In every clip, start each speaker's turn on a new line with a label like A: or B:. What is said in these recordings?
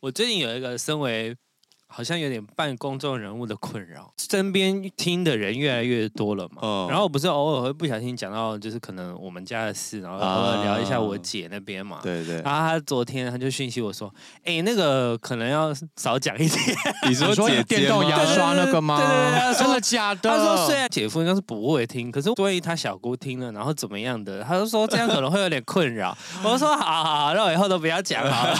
A: 我最近有一个身为好像有点半公众人物的困扰，身边听的人越来越多了嘛。
B: 嗯
A: 然后不是偶尔会不小心讲到，就是可能我们家的事，然后偶尔聊一下我姐那边嘛。
B: 对对，
C: 啊
A: 然后她昨天她就讯息我说：“哎、那个可能要少讲一点。
B: 你
C: 你说
B: 姐姐
C: 有电动牙
B: 吗
C: 刷那个吗？
A: 对对对对对
C: 真的假”的？
A: 她说：“虽然姐夫应该是不会听，可是万一她小姑听了，然后怎么样的，她就说这样可能会有点困扰。”我就说：“好好好，那我以后都不要讲好了。”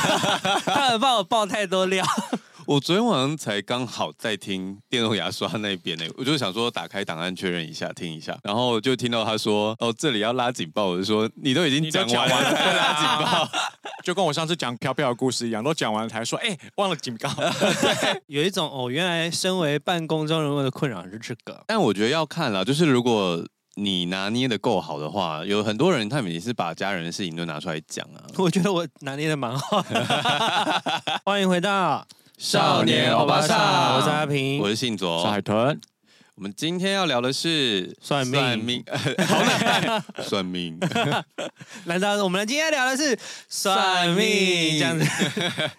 A: 她很怕我爆太多料。
B: 我昨天晚上才刚好在听电动牙刷那边呢，我就想说打开档案确认一下，听一下，然后就听到他说：“哦，这里要拉警报。”我就说：“你都已经
C: 你都
B: 讲完
C: 讲
B: 了，
C: 完了
B: 才拉警报。
C: 就跟我上次讲飘飘的故事一样，都讲完了才说，哎、忘了警告。
A: 有一种哦，原来身为半公众人物的困扰是这个”。
B: 但我觉得要看啦，就是如果你拿捏的够好的话，有很多人他们也是把家人的事情都拿出来讲啊。
A: 我觉得我拿捏的蛮好的。 欢迎回到
C: 少年欧巴桑
A: 我是阿平，
B: 我是信卓，
C: 海豚，
B: 我们今天要聊的是
A: 算命
B: 算命，好难办，算命。
A: 难道我们今天聊的是算
B: 算
A: 命
B: 命
A: 这样 子？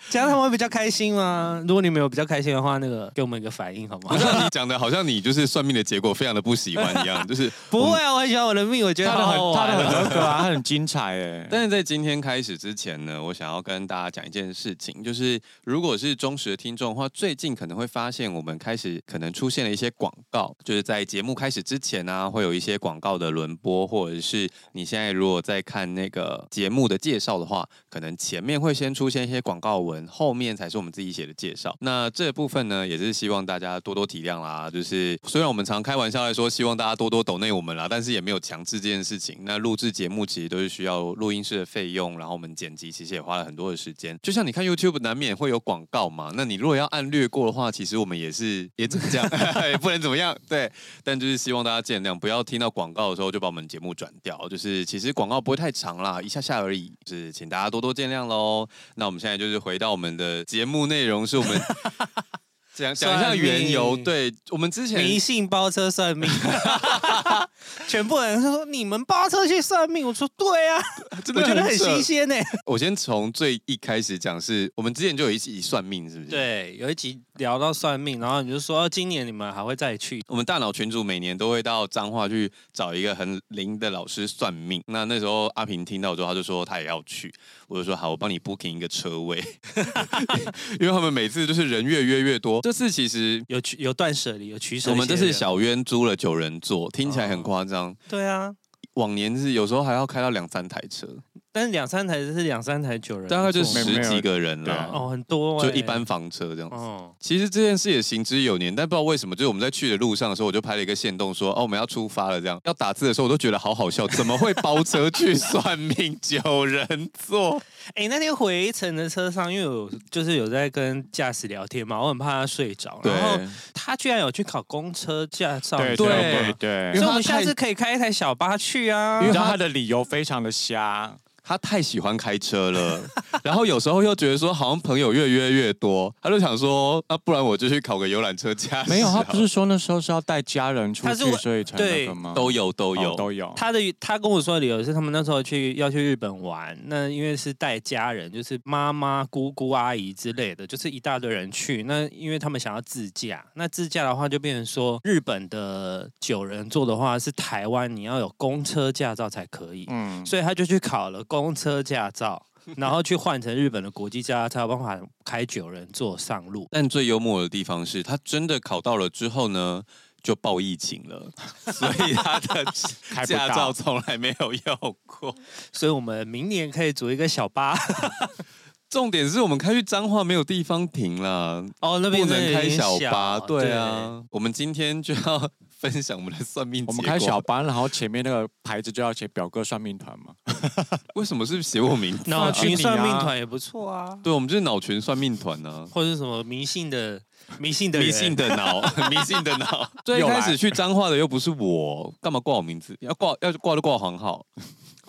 A: 这样他们会比较开心吗？如果你们有比较开心的话，那个给我们一个反应好
B: 好
A: 吗？
B: 像你讲的，好像你就是算命的结果非常的不喜欢一样，就是
A: 不会啊，我很喜欢我的命，我觉得
C: 他的
A: 好好
C: 很他的
A: 玩。
C: 很那个啊，他很精彩哎。
B: 但是在今天开始之前呢，我想要跟大家讲一件事情，就是如果是忠实的听众的话，最近可能会发现我们开始可能出现了一些广告，就是在节目开始之前呢、会有一些广告的轮播，或者是你现在如果在看那个节目的介绍的话，可能前面会先出现一些广告文，后面才是我们自己写的介绍。那这部分呢，也是希望大家多多体谅啦。就是虽然我们常开玩笑来说，希望大家多多抖内我们啦，但是也没有强制这件事情。那录制节目其实都是需要录音室的费用，然后我们剪辑其实也花了很多的时间。就像你看 YouTube 难免会有广告嘛，那你如果要按略过的话，其实我们也是也只能这样， 也不能怎么样。对，但就是希望大家见谅，不要听到广告的时候就把我们节目转掉。就是其实广告不会太长啦，一下下而已，就是请大家多多见谅喽。那我们现在就是回到我们的节目内容，是 我们讲讲一下
A: 算命
B: 缘由。对我们之前
A: 迷信包车算命， 全部人说你们包车去算命，我说对啊，
B: 真
A: 我
B: 的
A: 觉得很
B: 扯
A: 新。鲜呢。
B: 我先从最一开始讲是，我们之前就有一集算命，是不是？。
A: 对，有一集聊到算命，然后你就说哦今年你们还会再去，
B: 我们大脑群主每年都会到彰化去找一个很灵的老师算命。那那时候阿平听到之后，他就说他也要去。我就说好，我帮你 booking 一个车位， 因为他们每次就是人越约越多。这次其实
A: 有取有断舍离，有取舍。
B: 我们这次，小渊租了九人座，听起来
C: 哦
B: 很夸张。
A: 对啊，
B: 往年是有时候还要开到两三台车，
A: 但是两三台是两三台九人座，
B: 大啊概就
C: 没没
B: 十
C: 有
B: 几个人
C: 对啊
B: 了，
A: 哦，很多、欸，
B: 就一般房车这样子。
A: 哦，
B: 其实这件事也行之有年，但不知道为什么，就是我们在去的路上的时候，我就拍了一个线动说，哦，我们要出发了，这样要打字的时候，我都觉得好好笑，怎么会包车去 算命九人座？
A: 哎、那天回程的车上，因为我就是有在跟驾驶聊天嘛，我很怕他睡着，然后他居然有去考公车驾照，
C: 对
A: 所
C: 对
B: 对
C: 对
B: 因为，
A: 以
B: 他
A: 我们下
B: 太
A: 次可以开一台小巴去啊
C: 你。知道他的理由非常的瞎，
B: 他太喜欢开车了，然后有时候又觉得说好像朋友越约越多，他就想说，那、不然我就去考个游览车驾驶。
C: 没有，他不是说那时候是要带家人出
A: 他是
C: 去，
A: 为
C: 所以才那
A: 对
C: 个吗？
B: 都有都有、
C: 哦都有，
A: 他的他跟我说的理由是，他们那时候去要去日本玩，那因为是带家人，就是妈妈、姑姑、阿姨之类的，就是一大堆人去。那因为他们想要自驾，那自驾的话就变成说，日本的九人座的话是台湾你要有公车驾照才可以。
C: 嗯，
A: 所以他就去考了公车驾照，然后去换成日本的国际驾照，才有办法开九人座上路。
B: 但最幽默的地方是他真的考到了之后呢，就报疫情了，所以他的
C: 开不
B: 驾照
C: 到。
B: 从来没有用过。
A: 所以我们明年可以组一个小巴
B: 重点是我们开去彰化没有地方停了，
A: 哦，那
B: 不
A: 边真的
B: 能
A: 有
B: 开
A: 点
B: 小巴。
A: 小
B: 对啊，我们今天就要分享我们的算命结
C: 我
B: 果。
C: 们开小班，然后前面那个牌子就要写表哥算命团嘛。
B: 为什么是写我名 字？
A: 对，脑
C: 去
A: 群
C: 你
A: 算命
C: 啊
A: 团也不错啊，
B: 对，我们就是脑群算命团呢、啊。
A: 或者是什么迷信的 迷信的
B: 迷
A: 人
B: 信的脑，迷信的脑。最
C: 又 来
B: 开始去彰化的又不是我，干嘛挂我名字？要挂要挂就挂黄浩。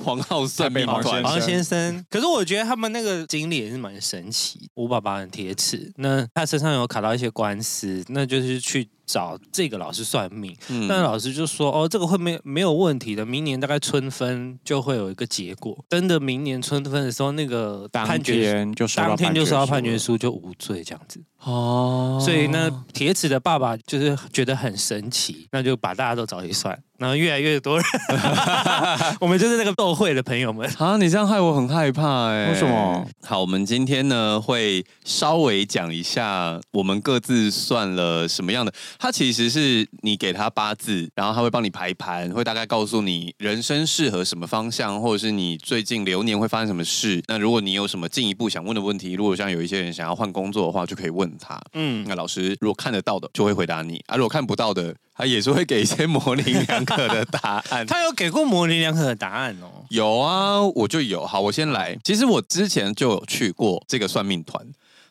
B: 黄浩森
C: 台北
B: 兵
C: 黄
B: 团
C: 先生
A: 王先生。可是我觉得他们那个经历也是蛮神奇，吴爸爸很铁齿，那他身上有卡到一些官司，那就是去找这个老师算命。
B: 嗯
A: 那老师就说：“哦，这个会没没有问题的，明年大概春分就会有一个结果。”真的，明年春分的时候，那个判
C: 当
A: 决
C: 天就收到
A: 当天就收到判决
C: 了，
A: 书，就无罪这样子。
B: 哦
A: 所以呢，铁齿的爸爸就是觉得很神奇，那就把大家都找一算，然后越来越多 人， 我们就是那个斗会的朋友们。
B: 啊，你这样害我很害怕哎、
C: 为什么？
B: 好，我们今天呢会稍微讲一下我们各自算了什么样的。它其实是你给他八字，然后他会帮你排盘，会大概告诉你人生适合什么方向，或者是你最近流年会发生什么事。那如果你有什么进一步想问的问题，如果像有一些人想要换工作的话，就可以问他。
A: 嗯，
B: 那老师如果看得到的，就会回答你；啊，如果看不到的，他也是会给一些模棱两可的答案。
A: 他有给过模棱两可的答案哦。
B: 有啊，我就有。好，我先来。其实我之前就有去过这个算命团，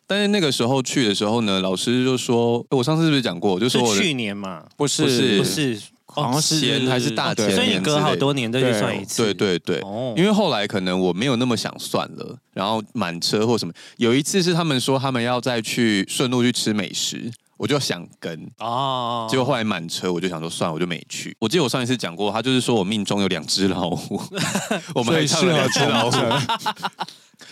B: 但是那个时候去的时候呢，老师就说，诶我上次是不是讲过？我就说我
A: 是
B: 的
A: 去年嘛？
C: 不
B: 不
C: 是
B: 是
A: 不是，哦
C: 好像是
B: 前还是大前
C: 对
A: 所以你
B: 年
A: 隔
B: 之
A: 好
B: 类
A: 多年再去
C: 对
A: 算一次。
B: 对对对。
A: 哦，
B: 因为后来可能我没有那么想算了，然后满车或什么。有一次是他们说他们要再去顺路去吃美食，我就想跟，
A: 哦，
B: 结果后来满车，我就想说算了，我就没去。我记得我上一次讲过，他就是说我命中有两只老虎， 我们
C: 所
B: 还
C: 以
B: 唱
C: 适
B: 了
C: 合
B: 两只老
C: 重
B: 虎。
C: 整。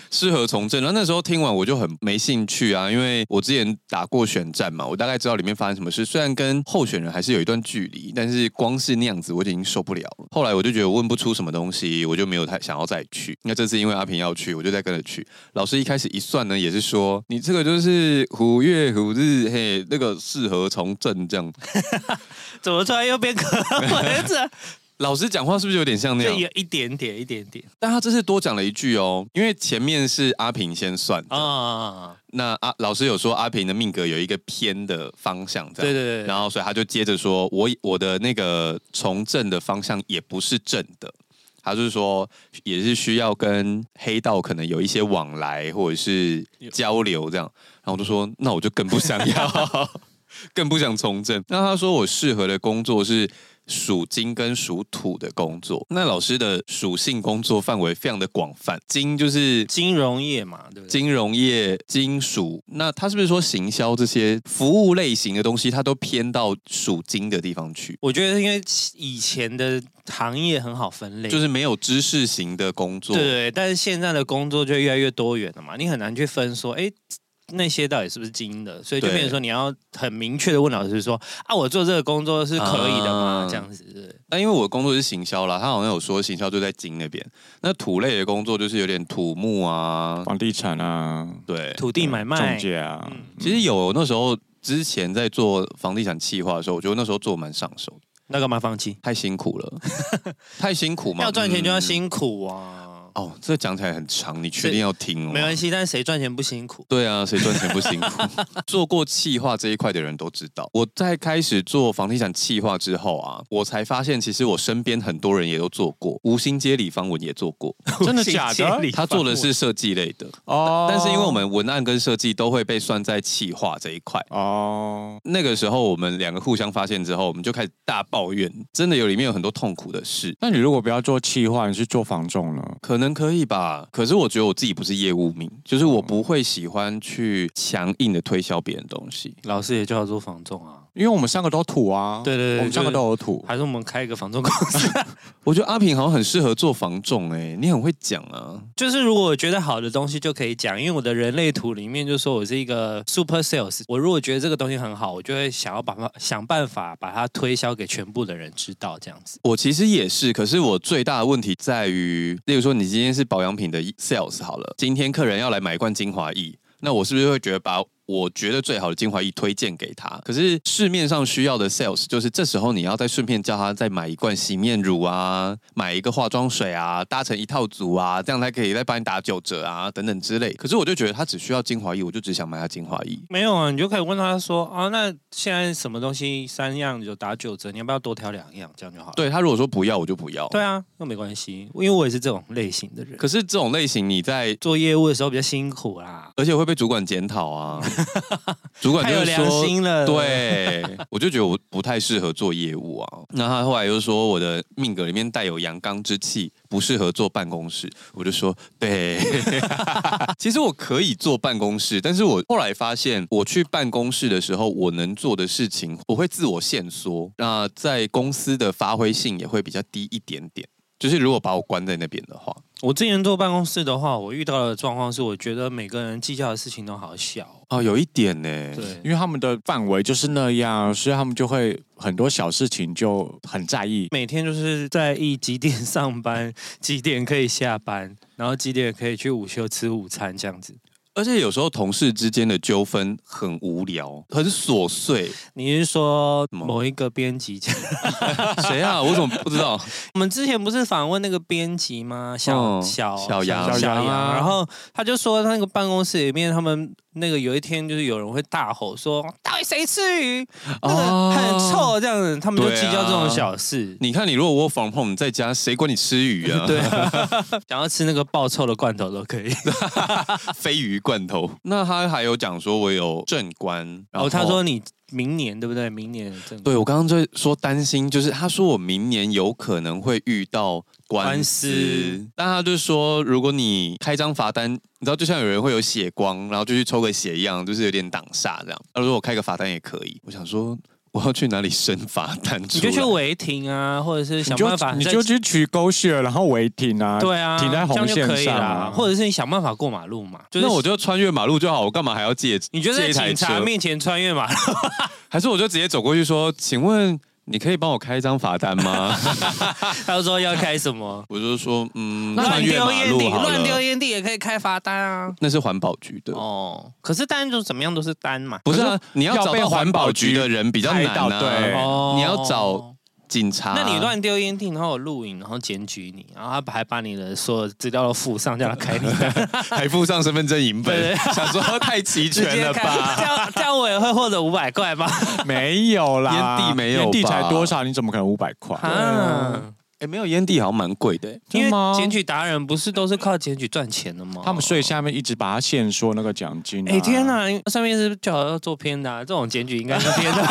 B: 适合从政。然后那时候听完我就很没兴趣啊，因为我之前打过选战嘛，我大概知道里面发生什么事。虽然跟候选人还是有一段距离，但是光是那样子我已经受不了了。后来我就觉得问不出什么东西，我就没有太想要再去。那这次因为阿平要去，我就再跟着去。老师一开始一算呢，也是说你这个就是虎月虎日，嘿，那个适合从政这样。
A: 怎么突然又变可我 这
B: 老师讲话是不是有点像那
A: 就
B: 样？
A: 有一点点，一点点
B: 但他这次多讲了一句哦，因为前面是阿平先算的
A: 啊。
B: 那阿、老师有说阿平的命格有一个偏的方向，这
A: 对
B: 样。
A: 对对，
B: 然后，所以他就接着说，我我的那个从政的方向也不是正的，他就是说也是需要跟黑道可能有一些往来或者是交流这样。然后我就说，那我就更不想 要，更不想从政。那他说我适合的工作是属金跟属土的工作。那老师的属性工作范围非常的广泛，金就是
A: 金融业嘛，对不对？
B: 金融业、金属，那他是不是说行销这些服务类型的东西，它都偏到属金的地方去？
A: 我觉得因为以前的行业很好分类，
B: 就是没有知识型的工作，
A: 对对对，但是现在的工作就越来越多元了嘛，你很难去分说，哎。那些到底是不是金的？所以就
B: 对
A: 变成说，你要很明确的问老师说啊，我做这个工作是可以的吗？
B: 啊
A: 这样子，对
B: 那因为我的工作是行销啦，他好像有说行销就在金那边。那土类的工作就是有点土木啊，
C: 房地产啊，
B: 对。
A: 土地买卖嗯
C: 中，介啊，
B: 其实有那时候之前在做房地产企划的时候，我觉得那时候做得蛮上手的，
A: 那干嘛放弃？
B: 太辛苦 了，太辛苦嘛。
A: 要赚钱就要
B: 嗯
A: 辛苦啊，
B: 哦，这讲起来很长，你确定要听哦？
A: 没关系，但是谁赚钱不辛苦？
B: 对啊，谁赚钱不辛苦？ 做过企划这一块的人都知道，我在开始做房地产企划之后啊，我才发现其实我身边很多人也都做过，吴兴街李方文也做过，
C: 真的假
A: 信
C: 的
A: 件？里
B: 他做的是设计类的，
C: 哦
B: 但是因为我们文案跟设计都会被算在企划这一块。
C: 哦，
B: 那个时候，我们两个互相发现之后，我们就开始大抱怨，真的有里面有很多痛苦的事，
C: 那你如果不要做企划，你是做房仲呢？
B: 可能可以吧。可是我觉得我自己不是业务名，就是我不会喜欢去强硬的推销别人东西。
A: 老师也就要做房仲啊，
C: 因为我们三个都土啊，
A: 对对对
C: 我们三个
A: 就是
C: 都有土，
A: 还是我们开一个房仲公司？
B: 我觉得阿平好像很适合做房仲哎、你很会讲啊。
A: 就是如果我觉得好的东西就可以讲，因为我的人类图里面就说我是一个 super sales，我如果觉得这个东西很好，我就会想要把它想办法把它推销给全部的人知道，这样子。
B: 我其实也是，可是我最大的问题在于，例如说你今天是保养品的 sales 好了，今天客人要来买一罐精华液，那我是不是会觉得把我觉得最好的精华液推荐给他？可是市面上需要的 sales 就是这时候你要再顺便叫他再买一罐洗面乳啊，买一个化妆水啊，搭成一套组啊，这样才可以再帮你打九折啊，等等之类。可是我就觉得他只需要精华液，我就只想买他精华液。
A: 没有啊，你就可以问他说啊，那现在什么东西三样有打九折，你要不要多挑两样，这样就好了。
B: 对他如果说不要，我就不要。
A: 对啊，那没关系，因为我也是这种类型的人，
B: 可是这种类型，你在
A: 做业务的时候比较辛苦啦。
B: 而且会被主管检讨啊。主管
A: 太有
B: 就是
A: 良
B: 说，
A: 心了。，
B: 对，我就觉得我不太适合做业务啊。那他后来又说我的命格里面带有阳刚之气，不适合做办公室。我就说 对，其实我可以做办公室，但是我后来发现，我去办公室的时候，我能做的事情，我会自我限缩，那在公司的发挥性也会比较低一点点。就是如果把我关在那边的话，
A: 我之前做办公室的话，我遇到的状况是，我觉得每个人计较的事情都好小哦。
B: 哦，有一点呢，
A: 对，
C: 因为他们的范围就是那样，所以他们就会很多小事情就很在意。
A: 每天就是在意几点上班， 几点可以下班，然后几点可以去午休吃午餐这样子。
B: 而且有时候同事之间的纠纷很无聊，很 琐碎。
A: 你是说
B: 什么
A: 某一个编辑 这样？
B: 谁啊？我怎么不知道？
A: 我们之前不是访问那个编辑吗？小、
B: 嗯
A: 小
B: 小杨
A: 小
C: 小
A: 杨
C: 杨
A: 啊，
C: 啊
A: 然后他就说他那个办公室里面，他们那个有一天就是有人会大吼说：“到底谁吃鱼？
B: 哦
A: 那个很臭。”这样子，他们就
B: 对啊
A: 计较这种小 事。
B: 你看，你如果 work from home 你在家，谁管你吃鱼啊？
A: 对，想要吃那个爆臭的罐头都可以。
B: 飞鱼罐头。那他还有讲说，我有正官，然
A: 然后
B: 后
A: 哦他说你明年对不对？明年正
B: 对我刚刚在说担心，就是他说我明年有可能会遇到官司，
A: 官
B: 但他就说如果你开张罚单，你知道就像有人会有血光，然后就去抽个血一样，就是有点挡煞这样。他说我开个罚单也可以，我想说我要去哪里申罚单
A: 你
B: 出
A: 就
B: 来？
A: 去违停啊，或者是
C: 你
A: 想
C: 就
A: 办法
C: 你
A: 在
C: 就去取狗血，然后违停啊，
A: 对啊，
C: 停在红
A: 这样就可以
C: 线上
A: 啦
C: 啊，
A: 或者是你想办法过马路嘛。就是
B: 那我就穿越马路就好，我干嘛还要借？
A: 你觉得
B: 借
A: 在
B: 一台
A: 警察
B: 车
A: 面前穿越 马路，
B: 还是我就直接走过去说：“请问你可以帮我开一张罚单 吗
A: 他说要开什 么？”
B: 我就说：“嗯，
A: 乱
B: 穿越
A: 丢
B: 马
A: 烟蒂，
B: 路好
A: 乱丢
B: 了。
A: 烟蒂也可以开罚单啊”。
B: 那是环保局的，
A: 哦，可是单就怎么样都是单嘛。
B: 不是啊？你要
C: 要
B: 找
C: 被
B: 到环
C: 环
B: 保
C: 保
B: 局
C: 局
B: 的人比较
C: 拍
B: 难
C: 到
B: 啊。
C: 对
A: 哦
B: 你要找。警察，啊
A: 那 你乱丢烟蒂，然后我录影，然后检举你，然后他还把你的所有资料都附上，叫他开你单，
B: 还附上身份证影
A: 对
B: 本，想说太齐
A: 直
B: 全
A: 接
B: 了
A: 开，
B: 吧？
A: 这样这样我也会获得五百块吧？
C: 没有啦，
B: 烟蒂没有
C: 烟蒂
B: 吧
C: 才多少？你怎么可能五百块？
A: 啊，
B: 哎，没有烟蒂好像蛮贵的，
A: 因
C: 真的
A: 为
C: 吗
A: 检举达人不是都是靠检举赚钱的吗？
C: 他们所以下面一直把它限缩那个奖金、啊。
A: 哎、天！哪！上面是最好要做偏的、啊，这种检举应该是偏 的。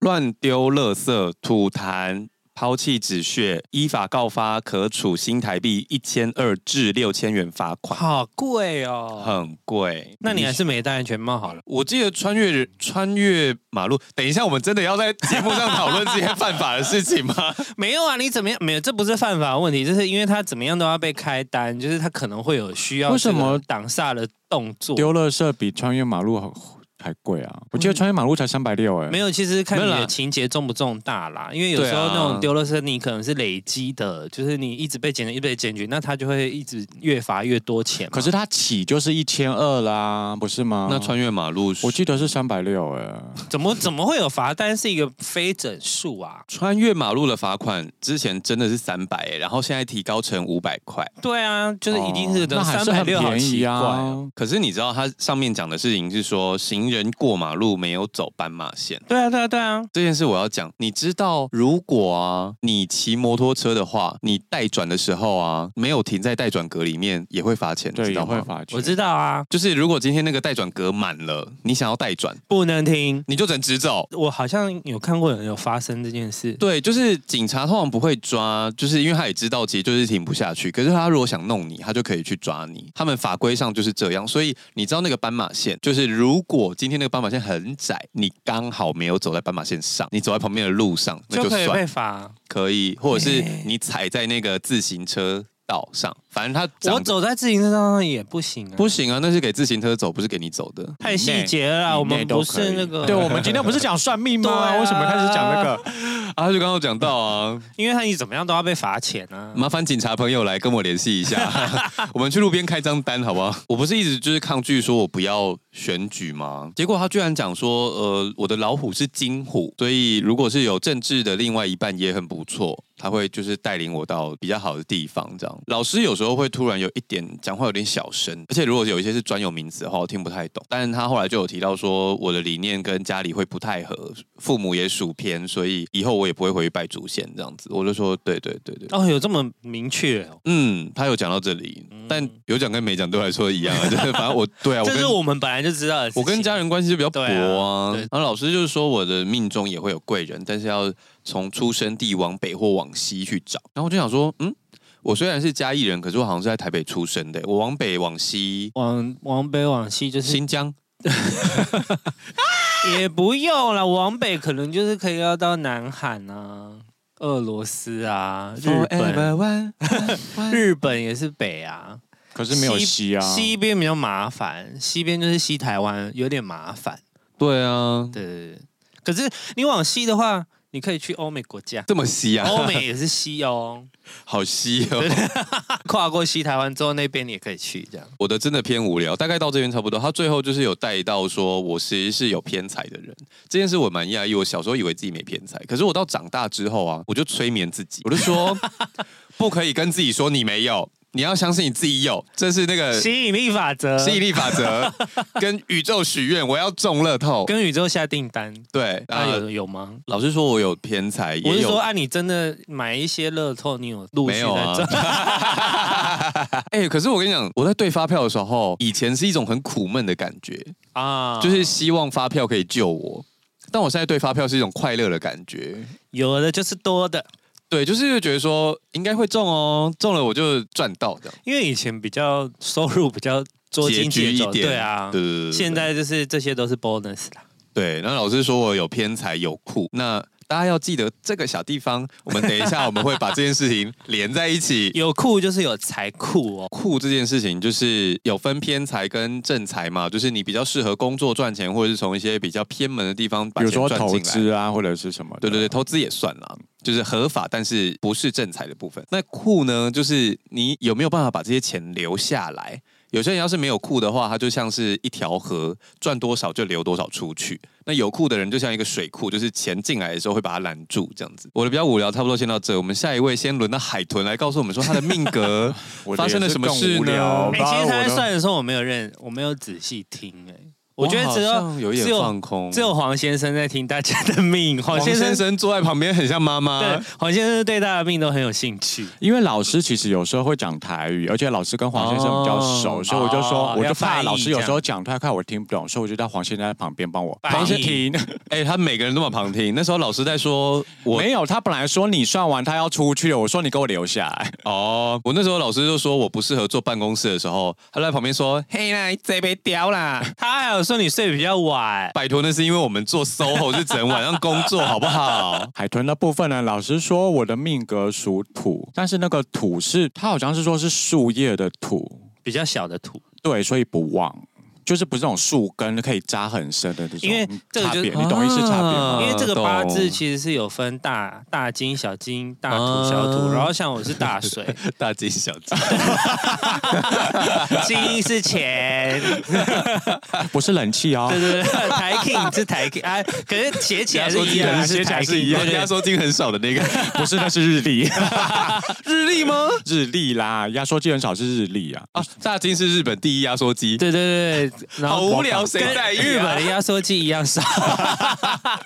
B: 乱丢垃圾、吐痰、抛弃纸屑，依法告发，可处新台币一千二至六千元罚款，
A: 好贵哦。
B: 很贵。
A: 那你还是没戴安全帽好了。
B: 我记得穿越穿越马路，等一下，我们真的要在节目上讨论这些犯法的事情 吗？
A: 没有啊，你怎么样？没有，这不是犯法的问题，这是因为他怎么样都要被开单，就是他可能会有需要
C: 为什么
A: 这个挡煞的动作。
C: 丢垃圾比穿越马路还贵啊！我记得穿越马路才三百六哎，
A: 没有，其实看你
B: 没有
A: 的
B: 啦
A: 情节重不重大啦，因为有时候
B: 对啊
A: 那种丢了圾，你可能是累积的，就是你一直被检举，一直被检举，那他就会一直越罚越多钱嘛。
C: 可是它起就是一千二啦，不是吗？
B: 那穿越马路，
C: 我记得是三百六哎，
A: 怎么怎么会有罚单是一个非整数啊？
B: 穿越马路的罚款之前真的是三百，然后现在提高成五百块。
A: 对啊，就是一定是
C: 哦那
A: 等
C: 还
A: 三
C: 是
A: 百
C: 很
A: 六，好
C: 便
A: 奇
C: 宜
A: 怪、
C: 啊。
A: 哦。
B: 可是你知道，它上面讲的事情是说，行人过马路没有走斑马线
A: 对啊，对啊，对啊，
B: 这件事，我要讲。你知道，如果啊，你骑摩托车的话，你待转的时候啊，没有停在待转格里面，也会罚钱，
C: 对，
B: 知
C: 也
B: 道
C: 会
B: 吗？
C: 罚钱。
A: 我知道啊，
B: 就是如果今天那个待转格满了，你想要待转，
A: 不能停。
B: 你就只能直走。
A: 我好像有看过有人有发生这件事，
B: 对，就是警察通常不会抓，就是因为他也知道其实就是停不下去。可是他如果想弄你，他就可以去抓你。他们法规上就是这样，所以你知道那个斑马线，就是如果今天那个斑马线很窄，你刚好没有走在斑马线上，你走在旁边的路上，那
A: 就可以
B: 算
A: 被罚。
B: 可以，或者是
A: 哎
B: 你踩在那个自行车道上，反正他
A: 我
B: 长得
A: 走在自行车上也不行啊，
B: 不行啊，那是给自行车走，不是给你走的。
A: 太细节了啦，我
C: 以
A: 们不是那个，
C: 对，我们今天不是讲算命 吗？
A: 对啊
C: 为什么开始讲那个？
B: 啊，他就刚刚有讲到啊，
A: 因为他你怎么样都要被罚钱啊。
B: 麻烦警察朋友来跟我联系一下，我们去路边开张单好不好？我不是一直就是抗拒说我不要选举吗？结果他居然讲说，呃，我的老虎是金虎，所以如果是有政治的另外一半也很不错，他会就是带领我到比较好的地方。这样，老师有时候会突然有一点讲话有点小声，而且如果有一些是专有名词的话，我听不太懂。但他后来就有提到说，我的理念跟家里会不太合，父母也属偏，所以以后我也不会回去拜祖先这样子。我就说，对对对对。
A: 哦，有这么明确哦？
B: 嗯，他有讲到这里，但有讲跟没讲对我来说一样啊，就是反正我对啊，我
A: 这
B: 跟
A: 是我们本来就知道的事情。
B: 我跟家人关系就比较薄
A: 对
B: 啊
A: 啊对。
B: 然后老师就是说我的命中也会有贵人，但是要从出生地往北或往西去找。然后我就想说，嗯，我虽然是嘉义人，可是我好像是在台北出生的，欸我往北往西。
A: 往往北往西就是
B: 新疆
A: 也不用了，往北可能就是可以要到南韩啊、俄罗斯啊、日
B: 哦哎
A: 本，
B: ，Forever One，
A: 日本也是北啊。
C: 可是没有西啊，
A: 西边比较麻烦，西边就是西台湾，有点麻烦。
B: 对啊，，
A: 对对对，可是你往西的话，你可以去欧美国家
B: 这么西啊，
A: 欧美也是西哦，
B: 好西哦。
A: 跨过西台湾之后，那边你也可以去这样。
B: 我的真的偏无聊，大概到这边差不多。他最后就是有带到说，我其实是有偏财的人，这件事我蛮讶异。我小时候以为自己没偏财，可是我到长大之后啊，我就催眠自己，我 就说不可以跟自己说你没有，你要相信你自己有，这是那个
A: 吸引力法则，
B: 呃吸引力法 则，跟宇宙许愿，我要中乐透。
A: 跟宇宙下订单，
B: 对，
A: 啊
B: 啊，
A: 有有吗？
B: 老师说我有偏财，
A: 我
B: 也
A: 是说，
B: 有。
A: 啊，你真的买一些乐透，你有陆
B: 没
A: 续
B: 有啊
A: 在赚，
B: 哎、可是我跟你讲，我在对发票的时候，以前是一种很苦闷的感觉，
A: 啊
B: 就是希望发票可以救我。但我现在对发票是一种快乐的感觉，
A: 有的就是多的，
B: 对，就是会觉得说应该会中哦，中了我就赚到这样，
A: 因为以前比较收入比较捉襟
B: 拮据
A: 见
B: 一
A: 肘，
B: 点
A: 对啊。
B: 对对对对对
A: 现在就是这些都是 bonus 啦，
B: 对，然后老师说我有偏财有库，那大家要记得这个小地方，我们等一下我们会把这件事情连在一起。
A: 有库就是有财库哦，
B: 库这件事情就是有分偏财跟正财嘛，就是你比较适合工作赚钱，或者是从一些比较偏门的地方把
C: 比如
B: 钱
C: 说
B: 赚
C: 投
B: 进来。
C: 资啊，或者是什么的。
B: 对对对，投资也算啦，就是合法，但是不是正财的部分。那库呢，就是你有没有办法把这些钱留下来？有些人要是没有库的话，他就像是一条河，赚多少就流多少出去。那有库的人就像一个水库，就是钱进来的时候会把它拦住，这样子。我的比较无聊，差不多先到这。我们下一位先轮到海豚来告诉我们说他的命 格
C: 我的
B: 发
C: 也
B: 生了
C: 是
B: 什么
C: 更
B: 事
C: 无聊
B: 哦呢
C: 好
A: 哎、？
C: 吧
A: 其实他
C: 我
A: 在
C: 都
A: 算的时候，我没有认，我没有仔细听、哎，我觉得只
B: 好
A: 有
B: 像有一
A: 只
B: 点
A: 有
B: 放空，
A: 只有黄先生在听大家的命，黄
B: 黄
A: 先生
B: 先生坐在旁边，很像妈妈
A: 对。黄先生对大家的命都很有兴趣。
C: 因为老师其实有时候会讲台语，而且老师跟黄先生比较熟，
B: 哦
C: 所以我就说，
A: 哦
C: 我
A: 要
C: 就怕
A: 翻译
C: 老师有时候讲太快我听不懂，所以我就叫黄先生在旁边帮我
A: 翻译
C: 听。
B: 哎、他每个人都往旁听。那时候老师在说，我
C: 没有，他本来说你算完他要出去了，我说你给我留下来。
B: 哦，我那时候老师就说我不适合坐办公室的时候，他就在旁边说：“嘿啦，这杯屌 啦。
A: 他还有说你睡比较晚”，
B: 拜托，那是因为我们做 SOHO 是整晚上工作，好不好？
C: 海豚的部分呢，老实说，我的命格属土，但是那个土是它好像是说是树叶的土，
A: 比较小的土，
C: 对，所以不旺，就是不是那种树根可以扎很深的那种。
A: 因为这个
C: 差
A: 就
C: 别，你懂意思差别吗？
B: 啊
A: 因为这个八字
B: 懂
A: 其实是有分大大金、小金、大土、
B: 啊
A: 小土，然后像我是大 水，
B: 大惊小 惊，
A: 金是钱，
C: 不是冷气
A: 啊
C: 哦
A: 对。对对，台 king 是台 king 啊，可是写起来是一样，
C: 写起来是一样
A: 台 king，对
B: 压
A: 对对
B: 缩金很少的 那个
C: 不是，那是日历，
B: 日历吗？
C: 日历啦，压缩机很少是日历啊。
B: 啊，大金是日本第一压缩机，
A: 对对对，然
B: 好
A: 后
B: 无聊，谁在意、啊？
A: 日本的压缩机一样少，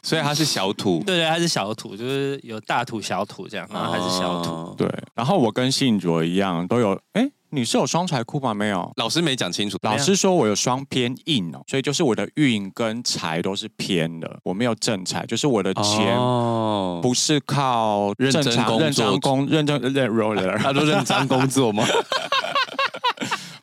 B: 所以它是小土，
A: 对对，它是小土，就是有大土、小土这样，然后它是小土。
B: 哦
C: 对，然后我跟信卓一样都有，哎，你是有双财库吗？没有。
B: 老师没讲清楚，
C: 老师说我有双偏印哦，所以就是我的运跟财都是偏的，我没有正财，就是我的钱
B: 哦
C: 不是靠
B: 认真
C: 正常
B: 工作
C: 认真工认真呃认 roller，
B: 他都认真工作吗？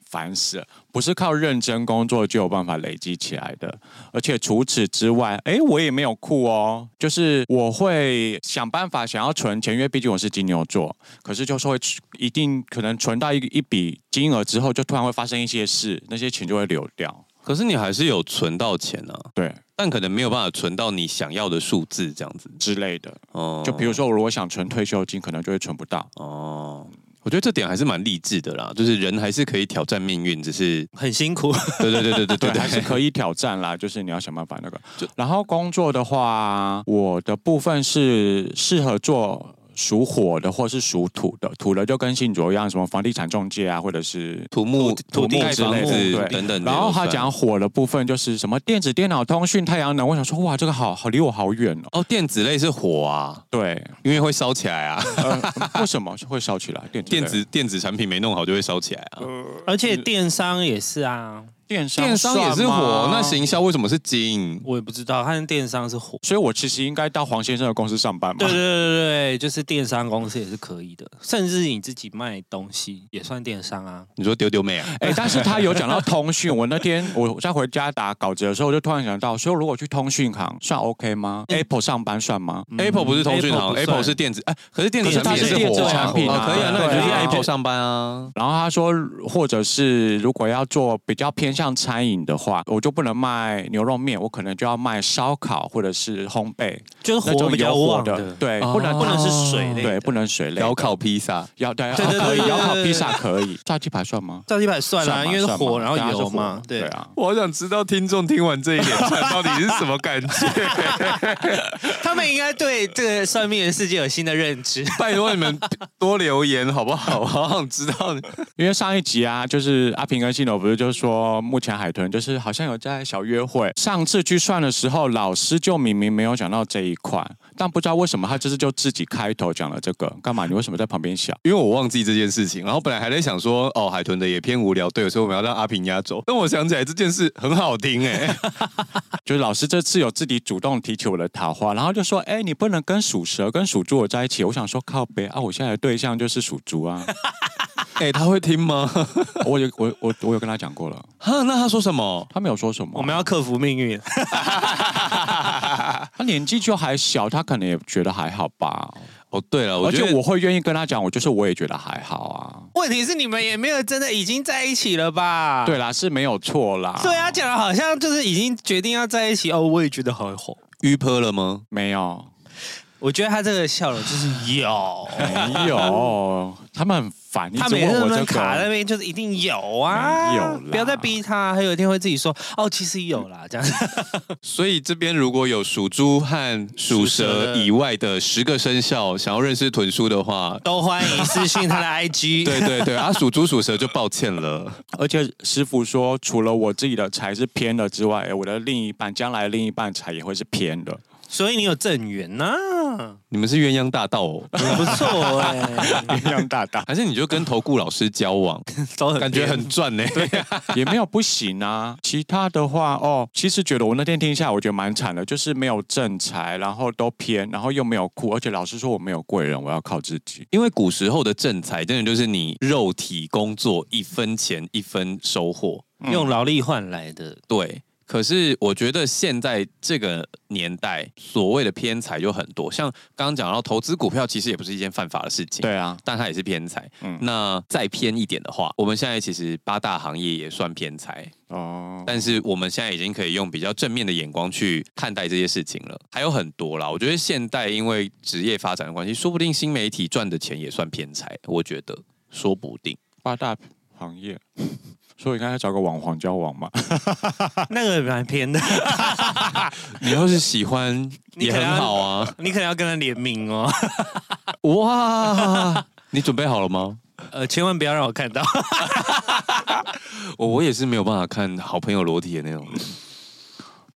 C: 烦死了！不是靠认真工作就有办法累积起来的。而且除此之外，哎，我也没有酷哦，就是我会想办法想要存钱，因为毕竟我是金牛座，可是就是会一定可能存到一一笔金额之后，就突然会发生一些事，那些钱就会流掉。
B: 可是你还是有存到钱啊。
C: 对，
B: 但可能没有办法存到你想要的数字，这样子。
C: 之类的，
B: 哦
C: 就比如说，我如果想存退休金，可能就会存不到。
B: 哦，我觉得这点还是蛮励志的啦，就是人还是可以挑战命运，只是
A: 很辛 苦，
B: 对对对对对
C: 对
B: 对，，
C: 还是可以挑战 啦，就是你要想办法那个。然后工作的话，我的部分是适合做属火的或是属土的，土的就跟信卓一样，什么房地产中介啊，或者是
B: 土木、
C: 土地
B: 木
C: 盖
B: 房
C: 房
B: 子
C: 子对
B: 等等的。
C: 然后他
B: 算
C: 讲火的部分就是什么电子、电脑、通讯、太阳能，我想说哇，这个好好离我好远哦。
B: 哦，电子类是火啊，
C: 对，
B: 因为会烧起来啊，
C: 呃、 为什么会烧起来？电子
B: 电子电子产品没弄好就会烧起来啊。
A: 而且电商也是啊，
C: 电商
B: 电商也是
C: 算
B: 火
C: 吗，
B: 那。行销为什么是金？
A: 我也不知道，他跟电商是火。
C: 所以我其实应该到黄先生的公司上班嘛
A: 对对。对对，就是电商公司也是可以的，甚至你自己卖东西也算电商啊。
B: 你说丢丢妹啊？
C: 哎、但是他有讲到通讯，我那天我在回家打稿子的时候，我就突然想到，所以如果去通讯行算 OK 吗、
A: 嗯
C: a p p l e 上班算吗？
B: Apple 不是通讯行
A: Apple 不算
B: ，Apple 是电子，哎，可是电子产品也
A: 它是电
B: 火
A: 子
B: 啊，
A: 产品
C: 啊
B: 哦可以啊，那你
C: 对
B: 就
C: 啊
B: 去 Apple 上班啊。
C: 然后他说，或者是如果要做比较偏向餐饮的话，我就不能卖牛肉面，我可能就要卖烧烤或者是烘焙
A: 就是
C: 那
A: 火
C: 种
A: 比较
C: 有火
A: 旺
C: 的，
A: 的，
C: 对，
B: 哦
C: 不能
A: 不能是水类的
C: 对，不能水类的
B: 烧烤披萨，
C: 要对，
A: 对对
C: 可
A: 对
C: 以
A: 对
C: 窑烤
A: 对
C: 披萨可以，炸鸡排算吗？
A: 炸鸡排算啦、
C: 算吗
A: 因为是
C: 算
A: 火，
C: 吗
A: 然后
C: 对它是
A: 油
C: 火
A: 嘛，对
C: 对啊。
B: 我好想知道听众听完这一连串到底是什么感觉。
A: 他们应该对这个算命的世界有新的认知。
B: 拜托你们多留言好不好？我 好想知道
C: 因为上一集啊，就是阿平跟信柔不是就说，目前海豚就是好像有在小约会。上次去算的时候，老师就明明没有讲到这一块，但不知道为什么他这次就自己开头讲了这个，干嘛？你为什么在旁边笑？
B: 因为我忘记这件事情，然后本来还在想说，哦，海豚的也偏无聊，对，所以我们要让阿平压轴。但我想起来这件事很好听哎、
C: 就是老师这次有自己主动提起我的桃花，然后就说：“哎、你不能跟属蛇、跟属猪的在一起。”我想说靠北啊，我现在的对象就是属猪啊，
B: 哎、他会听吗？
C: 我有我我我有跟他讲过了，
B: 哈，那他说什么？
C: 他没有说什么。 啊
A: 我们要克服命运，
C: 他年纪就还小，他可能也觉得还好吧。
B: 哦，对了，我
C: 而
B: 觉
C: 且
B: 得
C: 我会愿意跟他讲，我就是我也觉得还好啊。
A: 问题是你们也没有真的已经在一起了吧？
C: 对啦，是没有错啦。
A: 啊对啊，，讲的好像就是已经决定要在一起哦。我也觉得好火，
B: 预泼了吗？
C: 没有
A: 我觉得他这个笑容就是有，
C: 没有，他们很烦，一
A: 他
C: 直
A: 每次
C: 问
A: 都
C: 我
A: 能
C: 这
A: 卡在那
C: 个。
A: 边，就是一定有啊，
C: 哪有啦
A: 不要再逼他，他有一天会自己说哦，其实有啦，这样。
B: 所以这边如果有属猪和属蛇以外的十个生肖想要认识豚叔的 话，
A: 都欢迎私讯 他的 IG。
B: 对对对，啊，属猪属蛇就抱歉了。
C: 而且师傅说，除了我自己的财是偏的之外，哎，我的另一半将来另一半财也会是 偏的。
A: 所以你有正缘呐、
B: 你们是鸳鸯大盗哦，
A: 很不错哎、
C: 一样大大
B: 还是你就跟投顾老师交往，
A: 都很
B: 感觉很赚欸 呢、
C: 也没有不行啊。其他的话哦，其实觉得我那天听一下，我觉得蛮惨的，就是没有正财，然后都偏，然后又没有库，而且老师说我没有贵人，我要靠自己。
B: 因为古时候的正财，真的就是你肉体工作一分钱一分收获。
A: 偏用劳力换来的。
B: 对，可是我觉得现在这个年代，所谓的偏财就很多。像刚刚讲到投资股票，其实也不是一件犯法的事情。。
C: 对啊，
B: 但它也是偏财。
C: 嗯
B: 那再偏一点的话，我们现在其实八大行业也算偏财，
C: 哦，
B: 但是我们现在已经可以用比较正面的眼光去看待这些事情了。还有很多啦，我觉得现代因为职业发展的关系，说不定新媒体赚的钱也算偏财，我觉得说不定。
C: 八大行业，所以应该找个网黄交往嘛。
A: 那个蛮偏的，
B: 你要是喜 欢
A: 你
B: 也
A: 可能
B: 很
A: 要
B: 好啊，
A: 你可能要跟他联名哦。
B: 哇！你准备好了吗？
A: 呃，千万不要让我看到。
B: 我我也是没有办法看好朋友裸体的那种，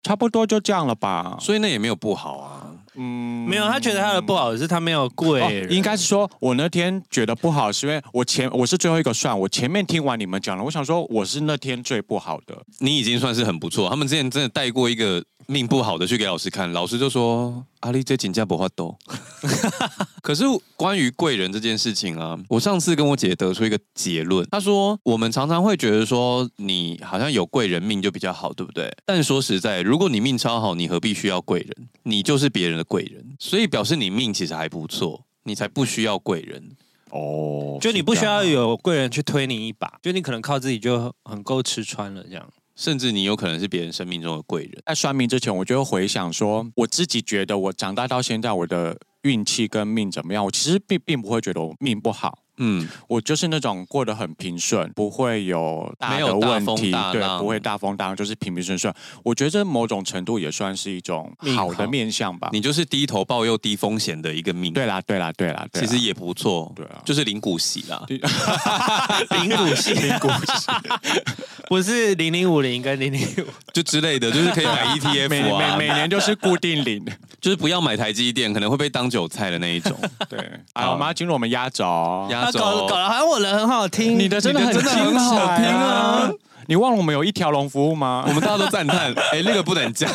C: 差不多就这样了吧。
B: 所以那也没有不好啊。
C: 嗯，
A: 没有，他觉得他的不好是他没有贵
C: 哦
A: 人、
C: 应该是说，我那天觉得不好，是因为我前我是最后一个算，我前面听完你们讲了，我想说我是那天最不好的。
B: 你已经算是很不错。他们之前真的带过一个命不好的去给老师看，老师就说：“阿丽这请假不花多。” 可是关于贵人这件事情啊，我上次跟我姐得出一个结论，她说我们常常会觉得说你好像有贵人命就比较好，对不对？但说实在，如果你命超好，你何必需要贵人？你就是别人的贵人，所以表示你命其实还不错，你才不需要贵人。
C: 哦，
A: 就你不需要有贵人去推你一把，就你可能靠自己就很够吃穿了这样。
B: 甚至你有可能是别人生命中的贵人。
C: 在算命之前，我就会回想说，我自己觉得我长大到现在，我的运气跟命怎么样？我其实并并不会觉得我命不好，
B: 嗯，
C: 我就是那种过得很平顺，不会有大
B: 没
C: 的
B: 有大
C: 问
B: 风
C: 题，
B: 大
C: 对，
B: 浪
C: 不会大风大浪，就是平平顺顺。我觉得这某种程度也算是一种
A: 命
C: 好的
A: 好
C: 面相吧。
B: 你就是低头抱又低风险的一个命，
C: 对啦，对啦，对啦，对
B: 其
A: 啊
C: 啦
B: 实也不错，
C: 对啊
B: 就是领股息啦。
A: 零股系，零股系， 不是零零五零跟零零五，
B: 就之类的，就是可以买
C: 每
B: ETF
C: 每
B: 啊，
C: 每年就是固定领。
B: 就是不要买台积电，可能会被当韭菜的那 一种。
C: 对，好，哎我们要进入我们压轴。
B: 压
A: 他哦搞
B: 轴
A: 搞，得好像我人很好听，
C: 你的真的很
B: 真的很好
C: 精彩
B: 听啊！
C: 你忘了我们有一条龙服务吗
B: 我？们大家都赞叹， 哎，那个不能加，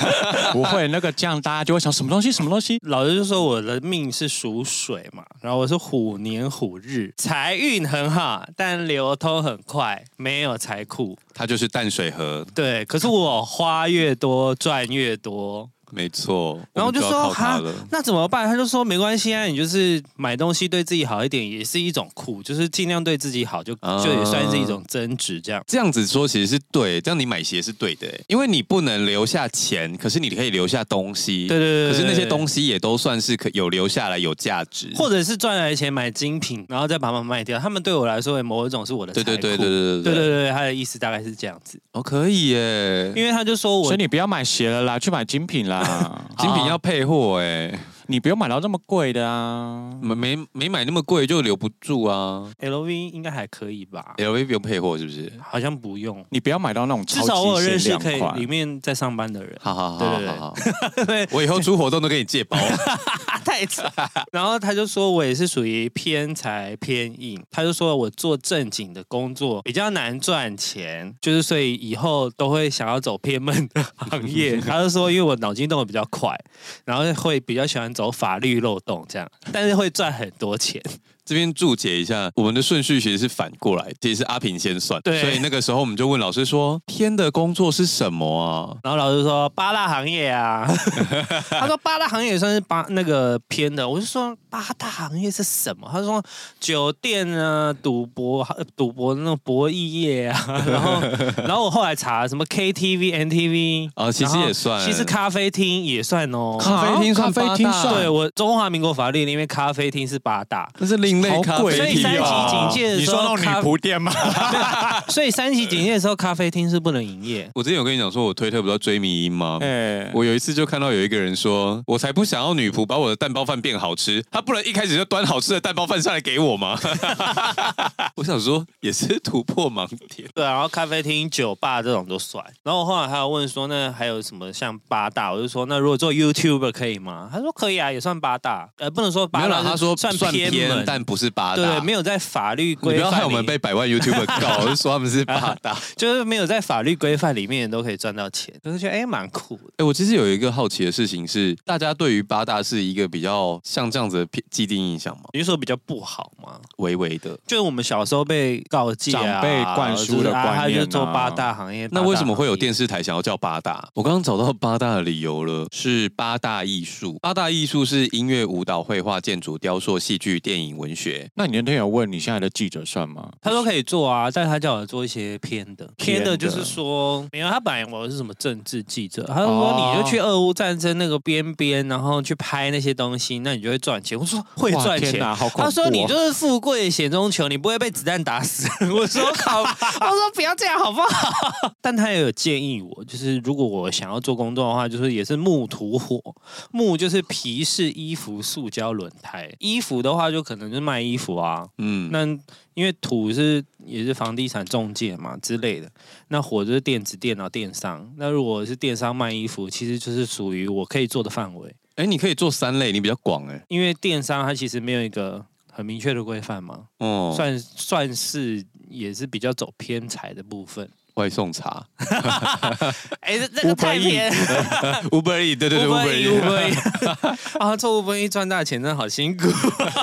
C: 不会，那个这样大家就会想什么东西什么东西。
A: 老师就说我的命是属水嘛，然后我是虎年虎日，财运很好，但流通很快，没有财库。
B: 它就是淡水河，
A: 对，可是我花越多赚越多，
B: 没错。
A: 然后
B: 我
A: 我
B: 们
A: 就
B: 要
A: 说
B: 靠它
A: 哈
B: 了，，
A: 那怎么办？他就说没关系啊，你就是买东西对自己好一点，也是一种苦，就是尽量对自己好，就
B: 啊
A: 就也算是一种增值这样。
B: 这样子说其实是对，这样你买鞋是对的，哎因为你不能留下钱，可是你可以留下东西。
A: 对对对对
B: 可是那些
A: 对
B: 东西也都算是可有留下来有价值，
A: 或者是赚来的钱买精品，然后再把它们卖掉，他们对我来说，某一种是我的财
B: 对
A: 库。
B: 对对对
A: 对
B: 对
A: 对对对他的意思大概是这样子。
B: 哦，可以耶，
A: 因为他就说我
C: 所以你不要买鞋了啦，去买精品啦。
B: 精品
A: 啊
B: 要配货哎，
C: 你不用买到这么贵的啊。
B: 没没没买那么贵就留不住啊。
A: LV 应该还可以吧，
B: LV 不用配货是不是？
A: 好像不用。
C: 你不要买到那种超
A: 至少我有
C: 级
A: 认
C: 限
A: 识
C: 量
A: 可以
C: 款啊
A: 里面在上班的人，
B: 好好好
A: 对对对
B: 好好，我以后出活动都跟你借包。
A: 啊、太惨。然后他就说我也是属于偏财偏硬，他就说我做正经的工作比较难赚钱，就是所以以后都会想要走偏门的行业。他就说因为我脑筋动得比较快，然后会比较喜欢走法律漏洞这样，但是会赚很多钱。
B: 这边注解一下，我们的顺序其实是反过来，其实是阿平先算。
A: 对
B: 所以那个时候我们就问老师说：“天的工作是什么啊
A: 然后老师说八大行业 啊，他说八大行业也算是八那个偏的，我就说八大行业是什么？他说酒店啊、赌博、呃赌博那种博弈业啊， 然后然后我后来查了什么 KTV、NTV？”。
B: 啊，其实也算，
A: 其实咖啡厅也算哦。
B: 咖啡厅
C: 啊
B: 算
C: 咖啡
B: 八
C: 厅
B: 大
C: 算
A: 对我中华民国法律里面，咖啡厅是八大，
B: 那是另类咖
C: 好
B: 啡
C: 贵哦
A: 所以
B: 厅
A: 三级
B: 吧
A: 警戒的
C: 你
A: 时
C: 说
A: 候，
C: 那种
A: 咖
C: 女仆店吗？
A: 所以三级警戒的时候，咖啡厅是不能营业。
B: 我之前有跟你讲说，我推特不是要追迷音吗？
C: 哎，
B: 我有一次就看到有一个人说：“我才不想要女仆把我的蛋包饭变好吃，她不能一开始就端好吃的蛋包饭上来给我吗？” 我想说，也是突破盲 点。
A: 对啊，然后咖啡厅、酒吧这种都算。然后我后来还有问说，那还有什么像八大？我就说，那如果做 YouTuber 可以吗？他说可以啊，也算八大。呃，不能说
B: 没
A: 八
B: 有
A: 大
B: 啦，
A: 是，
B: 他说
A: 算
B: 算
A: 偏
B: 偏
A: 门，，
B: 但不是八大。
A: 对，没有在法律
B: 你
A: 规
B: 不
A: 范里，
B: 要害我们被百万 YouTube 告，说他们是八大。 哎、
A: 就是没有在法律规范里面都可以赚到钱，就是觉得哎蛮酷的。
B: 我其实有一个好奇的事情是，大家对于八大是一个比较像这样子的偏既定印象吗？
A: 你是说比较不好吗？
B: 微微的，
A: 就是我们小时候被告诫啊，
C: 长辈灌输的
A: 就是啊
C: 观念啊
A: 他就做八大行业。
B: 那为什么会有
A: 电？
B: 电视台想要叫八大？我刚刚找到八大的理由了，是八大艺术。八大艺术是音乐、舞蹈、绘画、建筑、雕塑、戏剧、电影、文学。
C: 那你那天有问你现在的记者算吗？
A: 他说可以做啊，但是他叫我做一些偏的，
C: 偏
A: 偏
C: 的
A: 的就是说，没有他本来我是什么政治记者，他就说
C: 哦
A: 你就去俄乌战争那个边边，然后去拍那些东西，那你就会赚钱。我说会
C: 哇
A: 赚
C: 天
A: 钱。啊
C: 哪好恐怖哦！
A: 他说：“你就是富贵险中求，你不会被子弹打 死。”我说：“好，我说不要这样好不好？”但他也有建议我，就是如果我想要做工作的话，就是也是木土火，木就是皮是衣服、塑胶、轮胎。衣服的话，就可能就是卖衣服啊，
B: 嗯，
A: 那因为土是也是房地产中介嘛之类的，那火就是电子、电脑、电商。那如果是电商卖衣服，其实就是属于我可以做的范围，
B: 哎、你可以做三类，你比较广哎、
A: 因为电商它其实没有一个很明确的规范嘛，
B: 哦，
A: 算算是也是比较走偏财的部分。
B: 外送茶
A: 哎，这这个太
C: Uber
A: 偏，
B: ，Uber E，对对对
A: 五百一，五
B: Uber Eats
A: 百一 啊，做五百一赚大钱真的好辛苦。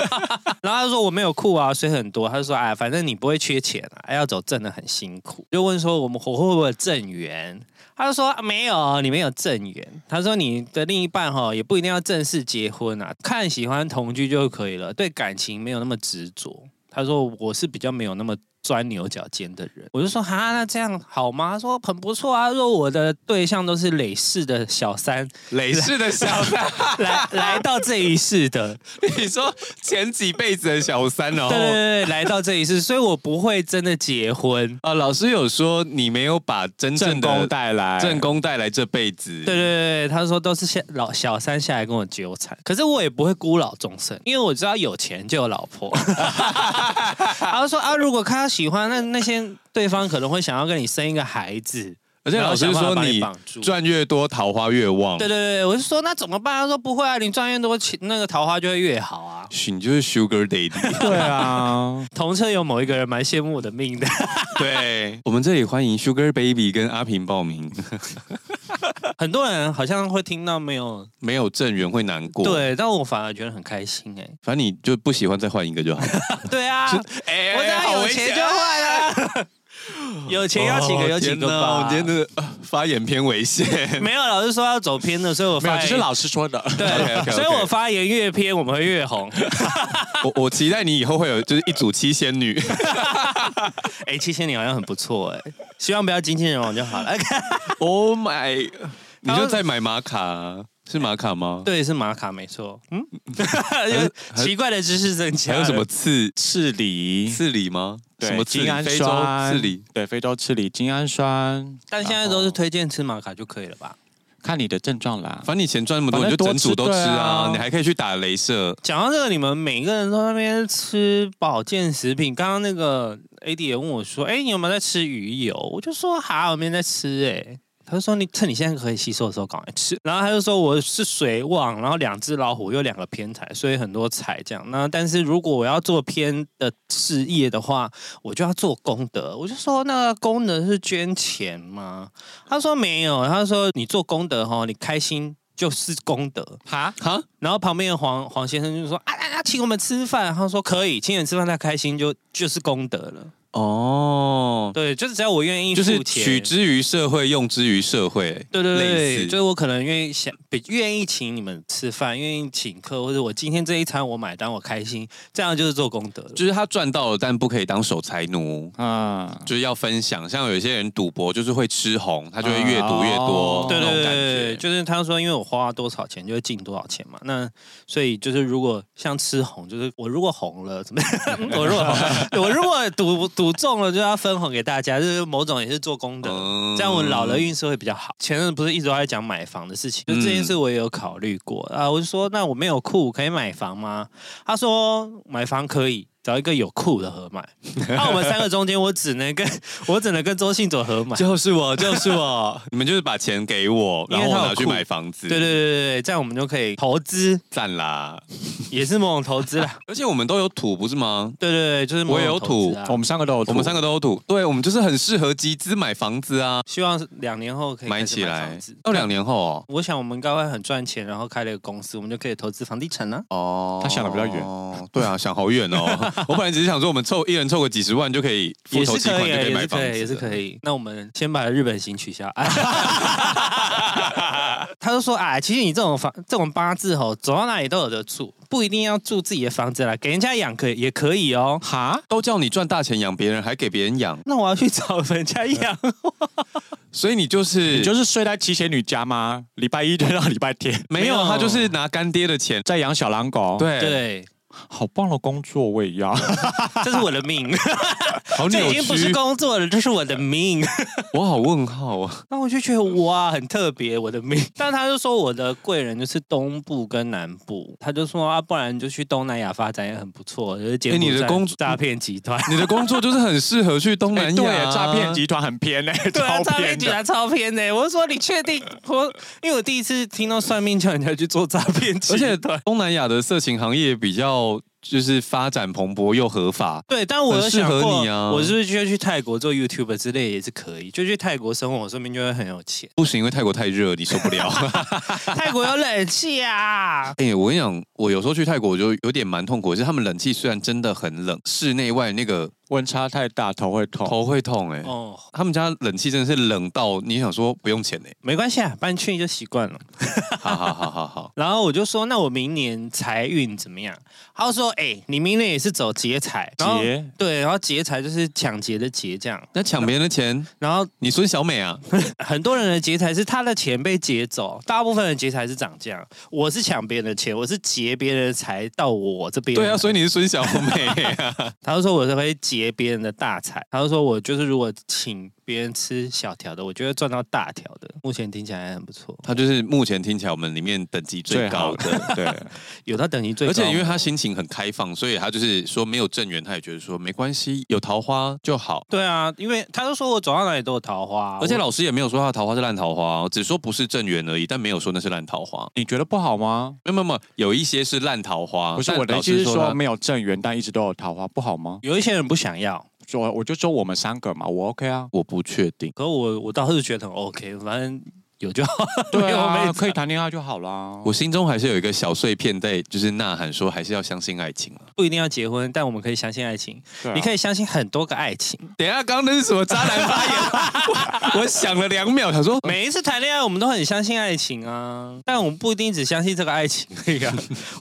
A: 然后他说我没有库啊，水很多。他就说哎，反正你不会缺钱啊，哎要走挣的很辛苦。就问说我们我会不会有正缘？他就说、啊没有，你没有正缘。他说你的另一半哈、也不一定要正式结婚啊，看喜欢同居就可以了，对感情没有那么执着。他说我是比较没有那么钻牛角尖的人。我就说哈，那这样好吗？他说很不错啊，说我的对象都是累世的小三，
B: 累世的小三，
A: 来来到这一世的，
B: 你说前几辈子的小三哦。
A: 对对对，来到这一世，所以我不会真的结婚。
B: 啊，老师有说你没有把真正
C: 正
B: 的
C: 宫带来，
B: 正宫带来这辈子。
A: 对对对，对他说都是下老小三下来跟我纠缠，可是我也不会孤老终生，因为我知道有钱就有老婆。然后说啊，如果看他喜欢，那那些对方可能会想要跟你生一个孩子。
B: 而且老师
A: 然后想办
B: 说
A: 法把你
B: 你
A: 绑住
B: 赚越多，桃花越旺。
A: 对对对，我就说那怎么办？他说不会啊，你赚越多钱，那个桃花就会越好啊。
B: 嘘，你就是 Sugar Daddy。
C: 对啊，
A: 同车有某一个人蛮羡慕我的命的，
B: 对，我们这里欢迎 Sugar Baby 跟阿平报名，
A: 很多人好像会听到没有
B: 没有正缘会难过。，
A: 对，但我反而觉得很开心哎、
B: 反正你就不喜欢再换一个 就好。
A: 对啊，
B: 哎
A: 我只要有
C: 啊
A: 钱就换了， 有钱要几个有几个吧。
B: 我今天的呃发言偏危 险。
A: 没有，老师说要走偏的，所以我
C: 没
A: 发
C: 有，
A: 言
C: 这是老师说的。
A: 对
B: OK，OK，OK
A: 所以我发言越偏，我们会越红。
B: 我我期待你以后会有就是一组七仙 女。
A: 哎、七千你好像很不错哎、希望不要金钱人网就 好了。哎
B: Oh my！你
A: 然后
B: 就在买玛卡啊，是玛卡吗？，
A: 对，是玛卡没错。 嗯， 有奇怪的知识增加
B: 还
A: 了。
B: 有什么刺
C: 赤梨，
B: 刺梨吗？
C: 对
B: 什么刺梨
C: 精氨
B: 非洲
C: 酸
B: 刺梨？
C: 对，非洲赤梨精氨酸，哦
A: 但现在都是推荐吃玛卡就可以了吧？
C: 看你的症状啦。
B: 反正你钱赚那么多，
C: 反
B: 你
C: 正
B: 就
C: 多
B: 整组都吃
C: 吃对
B: 啊
C: 啊，
B: 你还可以去打镭射。
A: 讲到这个，你们每个人都在那边吃保健食品。刚刚那个 AD 也问我说：“哎、你有没有在吃鱼油？”我就说：“哈，我没在吃、哎，他就说：“你趁你现在可以吸收的时候赶快吃。”然后他就说：“我是水网，然后两只老虎又两个偏财，所以很多财这样。那但是如果我要做偏的事业的话，我就要做功德。”我就说：“那个功德是捐钱吗？”他说：“没有。”他说：“你做功德哈，你开心就是功德。”
C: 哈，
B: 哈，
A: 然后旁边的黄黄先生就说：“啊啊啊，请我们吃饭。”他说：“可以，请你吃饭，他开心就就是功德了。
B: 哦，
A: 对，就是只要我愿意
B: 就
A: 付
B: 是
A: 钱，
B: 取之于社会，用之于社会。
A: 对对
B: 类似
A: 对，就是我可能愿意想，比愿意请你们吃饭，愿意请客，或者我今天这一餐我买单，我开心，这样就是做功德了。
B: 就是他赚到了，但不可以当守财奴，
C: 啊，
B: 就是要分享。像有些人赌博就是会吃红，他就会越赌越多
C: 哦，
A: 对
B: 那
A: 对
B: 种
A: 对
B: 感
A: 对，
B: 觉。
A: 就是他说，因为我花多少钱就会进多少钱嘛。那所以就是，如果像吃红，就是我如果红了，怎 么我如果红我如果赌赌中了，就要分红给大家，就是某种也是做功德。
B: 嗯
A: 这样我老了运势会比较好。前阵子不是一直都在讲买房的事情，就这
B: 嗯
A: 件事我也有考虑过啊。我就说，那我没有库可以买房吗？他说买房可以。找一个有库的合 买，那、我们三个中间，我只能跟 我只能跟周信佐合买，
B: 就是我，就是我， 你们就是把钱给我，
A: 因
B: 然
A: 为
B: 后我
A: 他有
B: 拿去
A: 库
B: 买房子，
A: 对对对对对，这样我们就可以投资，
B: 赞啦！
A: 也是某种投资 啦。
B: 而且我们都有土，不是吗？
A: 对对对，就是某
B: 我也有
A: 种投资啊
C: 我。们三个都有，
B: 我们三个都有土，对我们就是很适合集资买房子啊，
A: 希望是两年后可以
B: 买
A: 开始
B: 起
A: 房
B: 来
A: 子。
B: 到两年后哦，
A: 我想我们应该会很赚钱，然后开了一个公司，我们就可以投资房地产呢、
B: 哦，
C: 他想得比较远
B: 远， 对啊，想好远哦。我本来只是想说，我们凑一人凑个几十万就可以付
A: 也
B: 头
A: 是
B: 期款，
A: 可以，啊
B: 就可以
A: 也
B: 买
A: 是
B: 房
A: 可
B: 子，
A: 以，也是
B: 以。
A: 可以。那我们先把日本行取消。 他就说啊，其实你这种房、这种八字吼，走到哪里都有得住，不一定要住自己的房子啦，给人家养可以也可以哦。
C: 哈，
B: 都叫你赚大钱养别人，还给别人养，
A: 那我要去找人家养，
B: 所以你就是
C: 你就是是睡在七仙女家吗？礼拜一就到礼拜天，
B: 没
A: 没
B: 有，
A: 有
B: 他就是拿干爹的钱，
C: 在养小狼狗，，
B: 对，
A: 对，
C: 好棒的工作我也要。
A: 这是我的命。
B: 好
A: 这
B: 扭
A: 已经不是
B: 曲，
A: 工作了，这是我的命。
B: 我好问号啊，
A: 那我就觉得哇，很特别，我的命。但他就说我的贵人就是东部跟南部，他就说啊，不然你就去东南亚发展也很不错，就是柬埔
B: 哎你的
A: 寨
B: 工作
A: 诈骗集团。
B: 你的工作就是很适合去东南
C: 哎
B: 亚
C: 对耶
B: 啊，
C: 诈骗集团很偏呢，
A: 对啊，
C: 超
A: 诈骗
C: 偏
A: 集
C: 的。
A: 团超偏的。我就说你确定？我因为我第一次听到算命叫人家去做诈骗集
B: 而
A: 团，
B: 且东南亚的色情行业比较就是发展蓬勃又合法，
A: 对，但我有
B: 很适
A: 想
B: 合
A: 过，
B: 你啊。
A: 我是不是就去泰国做 YouTube 之类也是可以，就去泰国生活，我说明就会很有钱
B: 不行，因为泰国太热，你受不了。
A: 泰国有冷气啊。
B: 哎、我跟你讲，我有时候去泰国我就有点蛮痛苦，是他们冷气虽然真的很冷，室内外那个
C: 温差太大，头会痛。
B: 头会痛哎、
A: 哦，
B: 他们家冷气真的是冷到你想说不用钱哎、
A: 没关系啊，搬去就习惯了。
B: 好好好好好，
A: 然后我就说，那我明年财运怎么样？他就说，哎、你明年也是走劫财，然后
C: 劫
A: 对，然后劫财就是抢劫的劫这样。
B: 那抢别人的钱，
A: 然后
B: 你孙小美啊，
A: 很多人的劫财是他的钱被劫走，大部分的劫财是长这样。我是抢别人的钱，我是劫别人的财到我这边。
B: 对啊，所以你是孙小美、
A: 他就说我是会劫别人的大财，他就说我就是如果请别人吃小条的，我就会赚到大条的。目前听起来还很不错，
B: 他就是目前听起来我们里面等级最
C: 最
B: 高
C: 好
B: 的。
C: 的，对，
A: 有他等级最高
B: 而
A: 吗，
B: 且因为他心情很开放，所以他就是说没有正缘，他也觉得说没关系，有桃花就好。
A: 对啊，因为他就说我走到哪里都有桃花，
B: 而且
A: 我
B: 老师也没有说他的桃花是烂桃花，哦只说不是正缘而已，但没有说那是烂桃花。
C: 你觉得不好吗？
B: 没有没有没有，有一些是烂桃花，
C: 不是
B: 但
C: 我的
B: 老
C: 意
B: 师
C: 思是
B: 说
C: 说
B: 他，
C: 没有正缘，但一直都有桃花，不好吗？
A: 有一些人不想要，
C: 说我就说我们三个嘛，我 OK 啊，
B: 我不确定。
A: 可我我倒是觉得很 OK，反正有就好。
C: 对
A: 没
C: 啊
A: 有，
C: 可以谈恋爱就好啦。
B: 我心中还是有一个小碎片在，就是呐喊说还是要相信爱 情啊。
A: 不一定要结婚，但我们可以相信爱情。
C: 对啊
A: 你可以相信很多个爱情。
B: 等一下，刚刚那是什么渣男发言？ 我我想了两秒，想说
A: 每一次谈恋爱，我们都很相信爱情啊，但我们不一定只相信这个爱情而 已啊。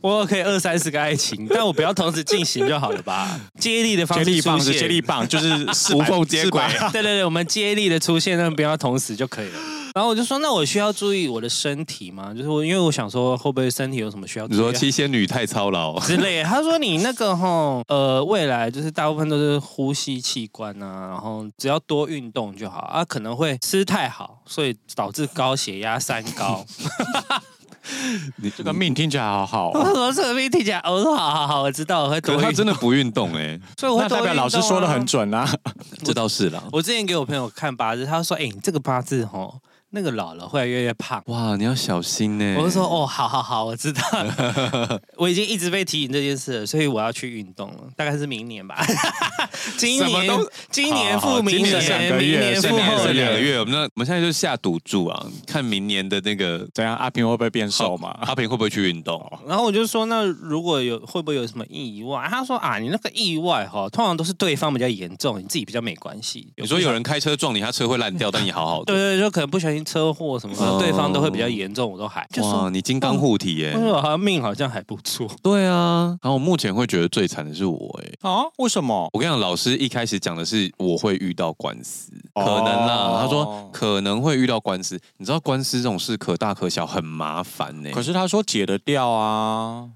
A: 我可以二三十个爱情，但我不要同时进行就好了 吧？接力的方
C: 接
A: 式
C: 力棒
A: 出
C: 是
A: 现
C: 接力。棒，就是
B: 无
C: 无
B: 缝接轨
C: 啊
A: 对对对，我们接力的出现，但不要同时就可以了。然后我就说，那我需要注意我的身体吗？就是我，因为我想说，会不会身体有什么需要注
B: 你
A: 意啊？
B: 说七仙女太操 劳，
A: 之类的。他说你那个吼，呃，未来就是大部分都是呼吸器官啊，然后只要多运动就好啊，可能会吃太好，所以导致高血压、三高。
B: 你这
C: 这个命听起来好好哦、
A: 我 说这个听起来，我说好好好，我知道我会多
B: 可是他
A: 运动，
B: 真的不运动 哎、
A: 所以我会
C: 那
A: 多
C: 代
A: 运动、
C: 表老师说的很。准啊。
B: 这倒是啦。
A: 我之前给我朋友看八字，他说：“哎、你这个八字吼，那个老了会越来越胖。”
B: 哇，你要小心欸呢、
A: 我就说哦，好好好，我知道了，我已经一直被提醒这件事了，所以我要去运动了，大概是明年吧。今
B: 什么
A: 年
B: 都
A: 今年复明
B: 今
A: 年，
B: 年
A: 明
B: 两
C: 个月
A: 年
B: 剩
A: 复
B: 两
A: 后
B: 剩
A: 年。
B: 两个月，我们那我们现在就下赌注啊，看明年的那个
C: 怎样？阿平会不会变瘦嘛？哦
B: 阿平会不会去运动？
A: 然后我就说，那如果有会不会有什么意外？他说啊，你那个意外哈，通常都是对方比较严重，你自己比较没关系。
B: 你说有人开车撞你，他车会 烂掉，但你好好
A: 对
B: 的。
A: 对，就可能不小心车祸什么
B: 哦
A: 的，对方都会比较严重，我都还就
B: 哇，
A: 说，
B: 你金刚护体耶
A: 为！什
C: 嗯
A: 么他命好像还不错？
B: 对啊，然后我目前会觉得最惨的是我哎。
C: 啊？为什么？
B: 我跟你讲，老师一开始讲的是我会遇到官司，可
C: 哦
B: 能啦。他说可能会遇到官司，你知道官司这种事可大可小，很麻烦呢。
C: 可是他说解得掉啊。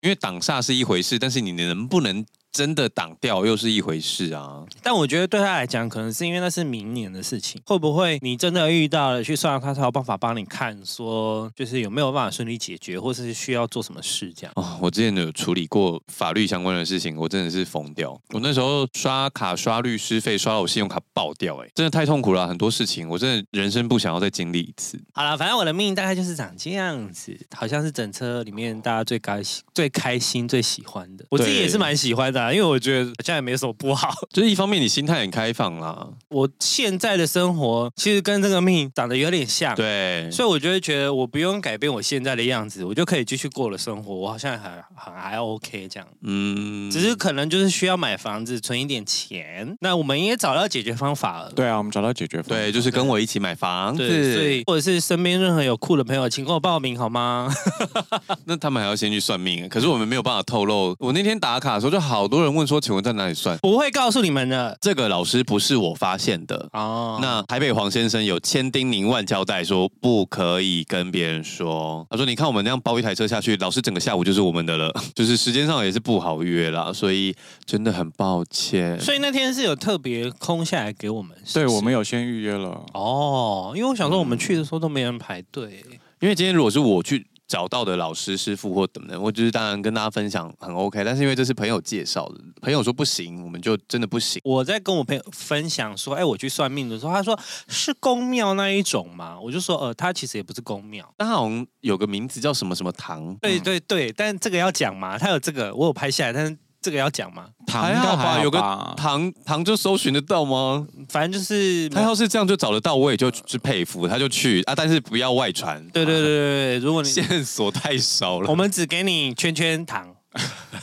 B: 因为挡煞是一回事，但是你能不能真的挡掉又是一回事啊。
A: 但我觉得对他来讲，可能是因为那是明年的事情，会不会你真的遇到了去算了，他才有办法帮你看，说就是有没有办法顺利解决，或是需要做什么事这样。
B: 哦，我之前有处理过法律相关的事情，我真的是疯掉。我那时候刷卡刷律师费，刷到我信用卡爆掉、欸，哎，真的太痛苦了啊、很多事情我真的人生不想要再经历一次。
A: 好了，反正我的命大概就是长这样子，好像是整车里面大家最开心、最开心、最喜欢的。我自己
B: 对
A: 也是蛮喜欢的啊、因为我觉得好像也没什么不好。
B: 就是一方面你心态很开放啦，
A: 我现在的生活其实跟这个命长得有点像。啊
B: 对，
A: 所以我就会觉得我不用改变我现在的样子，我就可以继续过我的生活，我好像还还还 OK 这样。
B: 嗯
A: 只是可能就是需要买房子存一点钱，那我们也找到解决方法了。
C: 对啊，我们找到解决方法。
B: 对，就是跟我一起买房子，
A: 对，所以或者是身边任何有酷的朋友，请跟我报名好吗？
B: 那他们还要先去算命，可是我们没有办法透露。我那天打卡的时候，就好多人问说，请问在哪里算？
A: 不会告诉你们的
B: 这个老师不是我发现的，
A: 哦。
B: 那台北黄先生有千叮咛万交代说不可以跟别人说。他说：“你看我们那样包一台车下去，老师整个下午就是我们的了， 就是时间上也是不好约啦，所以真的很抱歉。”
A: 所以那天是有特别空下来给我们，是
C: 对，
A: 不是
C: 我们有先预约了。
A: 哦，因为我想说我们去的时候都没人排队，
B: 因为今天如果是我去找到的老师、师傅或等等，我就是当然跟大家分享很 OK，但是因为这是朋友介绍的，朋友说不行，我们就真的不行。
A: 我在跟我朋友分享说，哎，我去算命的时候，他说是公庙那一种吗？我就说，呃，它其实也不是公庙。
B: 但他好像有个名字叫什么什么堂，
A: 对对对，但这个要讲嘛，他有这个，我有拍下来，但是这个要讲嘛，
C: 糖
B: 还
C: 应该
B: 好
C: 还
B: 吧？有个
C: 吧
B: 堂堂就搜寻得到吗？
A: 反正就是
B: 他要是这样就找得到，我也就是佩服，他就去啊，但是不要外传。啊
A: 对对对对对，如果你
B: 线索太少了。
A: 我们只给你圈圈糖，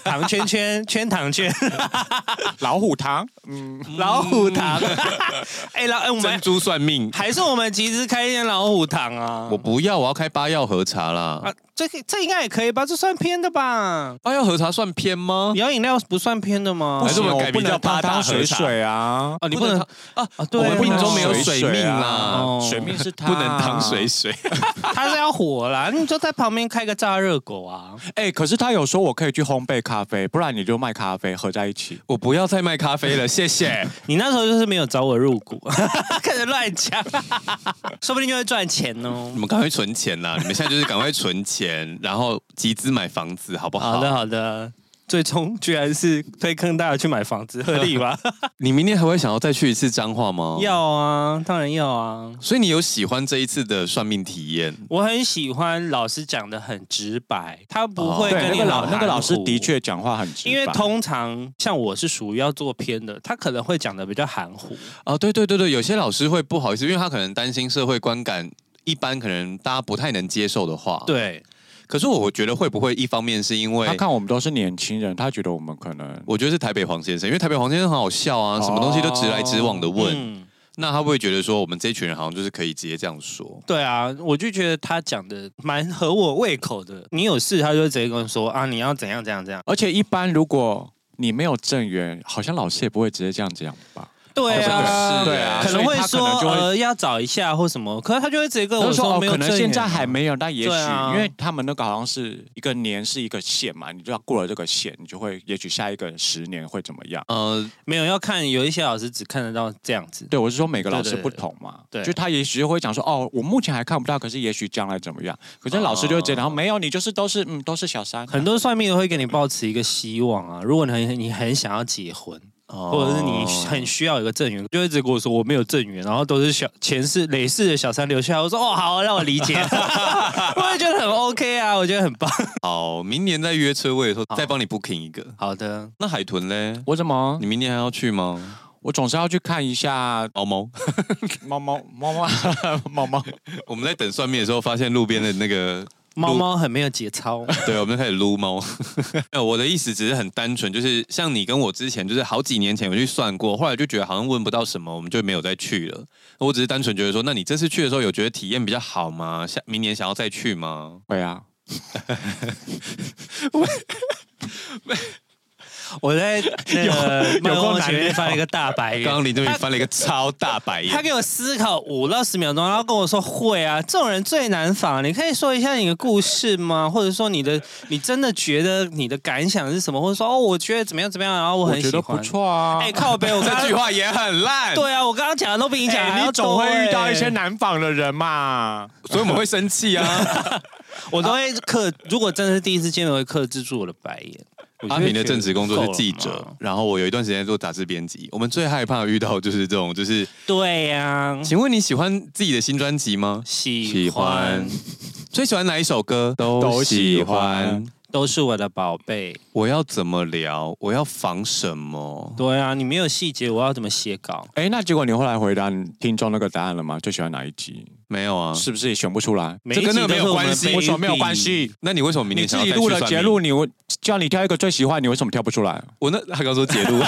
A: 糖圈圈圈糖圈
C: 老虎糖，
B: 嗯
A: 老虎 糖，哎老哎我
B: 珍
A: 们
B: 珠算命，
A: 还是我们集资开一间老虎糖啊
B: 我不要，我要开八药和茶啦。
A: 啊这个这应该也可以吧？这算偏的吧？
B: 八药和茶算偏吗？
A: 摇饮料不算偏的吗？
B: 还是我们
C: 不行
B: 改
C: 不
B: 名叫
C: 能
B: 八
C: 汤
B: 大和
C: 汤水
B: 茶
C: 水啊，
A: 哦你不能
B: 啊，
A: 啊，
B: 我
A: 对啊，
B: 们命中没有
C: 水
B: 水命
C: 啊
B: 啦
A: 哦
C: 水命是啊它，
B: 不能汤水水。
A: 他是要火啦，你就在旁边开个炸热狗啊！
C: 哎、可是他有说我可以去烘焙咖啡，不然你就卖咖啡合在一起。
B: 我不要再卖咖啡了，谢谢。
A: 你那时候就是没有找我入股， 开始乱讲， 说不定就会赚钱哦
B: 你。们赶快存钱啦！你们现在就是赶快存钱，然后集资买房子，好不好？
A: 好的，好的，最终居然是推坑大家去买房子，合理 吧？
B: 你明天还会想要再去一次彰化
C: 哦
B: 吗？。
A: 要啊，当然要啊。
B: 所以你有喜欢这一次的算命体验？
A: 我很喜欢老师讲的很直白，他不会
B: 哦
A: 跟
C: 对，那
A: 你
C: 个
A: 很
C: 老那个老
A: 含
C: 师
A: 糊
C: 的确讲话很直白，
A: 因为通常像我是属于要做偏的，他可能会讲的比较含糊。
B: 哦，对对对对，有些老师会不好意思，因为他可能担心社会观感。一般可能大家不太能接受的话，。
A: 对，
B: 可是我觉得会不会一方面是因为
C: 他看我们都是年轻人，他觉得我们可能
B: 我觉得是台北黄先生，因为台北黄先生很好笑啊，什么东西都直来直往的问。
A: 嗯，
B: 那他会不会觉得说我们这一群人好像就是可以直接这样说？
A: 对啊，我就觉得他讲的蛮合我胃口的。你有事，他就会直接跟我说啊，你要怎样怎样怎样。
C: 而且一般如果你没有正缘，好像老师也不会直接这样讲吧？
A: 对啊，
B: 是对啊
A: 可能会
C: 哦所以
A: 说
C: 他可能就会
A: 呃要找一下或什么，可是他就会直接跟
C: 他
A: 我
C: 就说哦，
A: 没有
C: 可能
A: 正
C: 现
A: 缘
C: 在
A: 啊
C: 还没有，但也许、
A: 对啊
C: 因为他们那个好像是一个年是一个线嘛，你就要过了这个线，你就会也许下一个十年会怎么样？
B: 呃，
A: 没有要看，有一些老师只看得到这样子。
C: 对，我是说每个老
A: 对
C: 师
A: 对对
C: 不同嘛，
A: 对
C: 就他也许会讲说，哦，我目前还看不到，可是也许将来怎么样？可是老师就会觉得，
B: 哦
C: 没有，你就是都是嗯，都是小三，
A: 很多算命的会给你抱持一个希望啊，如果你很你很想要结婚，
B: 呃
C: 哦
A: 或者是你很需要有个正缘，就会一直跟我说我没有正缘，然后都是小前世累世的小三留下来。我说哦好，让我理 解， 我也觉得很 OK 啊，我觉得很棒。
B: 好，明年再约车位的时候
A: 好
B: 再帮你 booking 一个。
A: 好的，
B: 那海豚嘞？
C: 我怎么
B: 你明年还要去吗？
C: 我总是要去看一下
B: 毛毛，
C: 猫猫猫 猫猫猫。
B: 我们在等算命的时候，发现路边的那 个，
A: 猫猫很没有节操。
B: 对，我们就开始撸猫。没有，我的意思只是很单纯，就是像你跟我之前，就是好几年前有去算过，后来就觉得好像问不到什么，我们就没有再去了。我只是单纯觉得说，那你这次去的时候有觉得体验比较好吗？下明年想要再去吗？
C: 对啊，
A: 我在那个麦克风前面翻了一个大白
B: 刚
A: 眼。
B: 刚林正明翻了一个超大白
A: 他
B: 眼。
A: 给我思考五到十秒钟，然后跟我说会啊，这种人最难防。你可以说一下你的故事吗？或者说你的，你真的觉得你的感想是什么？或者说哦，我觉得怎么样怎么样，然后我
C: 我
A: 很
C: 觉
A: 喜
C: 得不
A: 欢。
C: 错啊。
A: 哎、靠 北，我刚
B: 这句
A: 刚
B: 话也很烂，，
A: 对啊，我刚刚讲的都比你讲、还
C: 哎
A: 要
C: 你总
A: 多
C: 会遇到一些
A: 哎
C: 难访的人嘛。
B: 所以我们会生气啊。
A: 我都会克，如果真的是第一次见面，我会克制住我的白眼。我就
B: 阿
A: 会
B: 平的
A: 觉
B: 正
A: 得
B: 职工作
A: 够
B: 是
A: 了
B: 记
A: 嘛
B: 者，然后我有一段时间做杂志编辑。我们最害怕遇到就是这种， 就是
A: 对呀、
B: 请问你喜欢自己的新专辑吗？
A: 喜欢
B: 最喜欢哪一首歌？
C: 都喜欢。
A: 都是我的宝贝。
B: 我要怎么聊？我要防什么？
A: 对啊，你没有细节，我要怎么写稿？
C: 哎，那结果你后来回答你听众那个答案了吗？最喜欢哪一集？
B: 没有啊。
C: 是不是也选不出来？
A: 每
B: 这
A: 一
B: 跟
A: 集
B: 那
A: 都是
B: 个没有
A: 我们
B: 关
A: 的
B: 系
C: 为什么
A: baby
C: 没有关？系？
B: 那你为什么明
C: 你
B: 年
C: 自
B: 想要
C: 己
B: 再去
C: 录了
B: 算
C: 节
B: 命
C: 录，？你我叫你挑一个最喜欢，你为什么挑不出来？
B: 我那他刚说节录，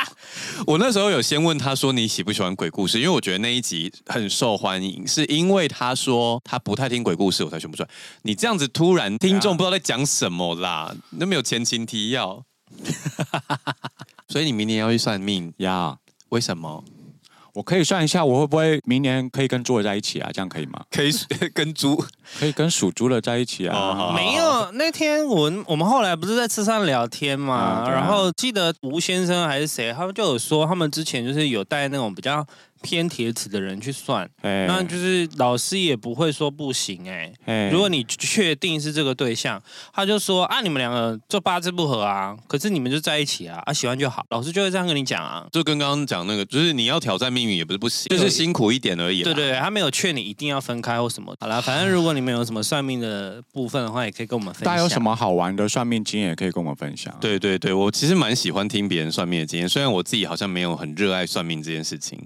B: 我那时候有先问他说你喜不喜欢鬼故事，因为我觉得那一集很受欢迎，是因为他说他不太听鬼故事，我才选不出来。你这样子突然，听众不知道在讲什么啦，那没有前情提 要。所以你明年要去算命，
C: 呀，
B: 为什么？
C: 我可以算一下，我会不会明年可以跟猪儿在一起啊？这样可以吗？
B: 可以跟猪
C: 可以跟属猪的在一起
B: 哦好
C: 啊？
A: 没有，那天我我们后来不是在车上聊天嘛，
C: 嗯对啊
A: 然后记得吴先生还是谁，他们就有说他们之前就是有带那种比较偏铁齿的人去算，
C: 哎
A: 那就是老师也不会说不行哎、
C: 哎
A: 如果你确定是这个对象，他就说啊，你们两个就八字不合啊，可是你们就在一起啊，啊喜欢就好，老师就会这样跟你讲啊。
B: 就跟刚刚讲那个，就是你要挑战命运也不是不行，就是辛苦一点而已。
A: 对，对，对他没有劝你一定要分开或什么。好啦，反正如果你们有什么算命的部分的话，也可以跟我们分享。
C: 大家有什么好玩的算命经验，也可以跟我们分享。，
B: 对对对，我其实蛮喜欢听别人算命的经验，虽然我自己好像没有很热爱算命这件事情。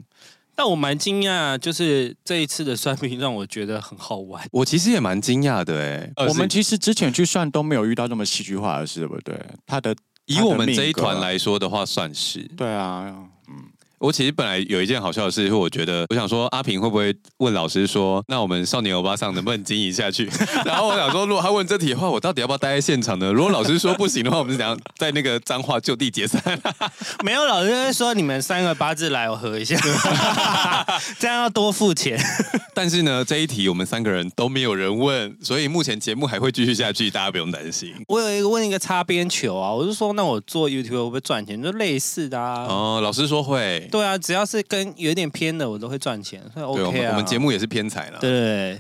A: 但我蛮惊讶，就是这一次的算命让我觉得很好玩。
B: 我其实也蛮惊讶的哎、
C: 我们其实之前去算都没有遇到这么戏剧化的事，对不对？他的
B: 以我们这
C: 啊
B: 一团来说的话，算是。
C: 对啊，
B: 我其实本来有一件好笑的事，是我觉得我想说阿平会不会问老师说，那我们少年欧巴桑能不能经营下去？ 然后我想说，如果他问这题的话，我到底要不要待在现场呢？如果老师说不行的话，我们就怎样在那个脏话就地解散？
A: 没有老师会说你们三个八字来，我合 一下，这样要多付钱。
B: 但是呢，这一题我们三个人都没有人问，所以目前节目还会继续下去，大家不用担心。
A: 我有一个问一个擦边球啊，我就说那我做 YouTube 会不会赚钱？就类似的啊。
B: 哦，老师说会，
A: 对啊，只要是跟有点偏的，我都会赚钱，所以
B: 对我
A: OK
B: 们
A: 啊。
B: 我们节目也是偏财了。
A: 对，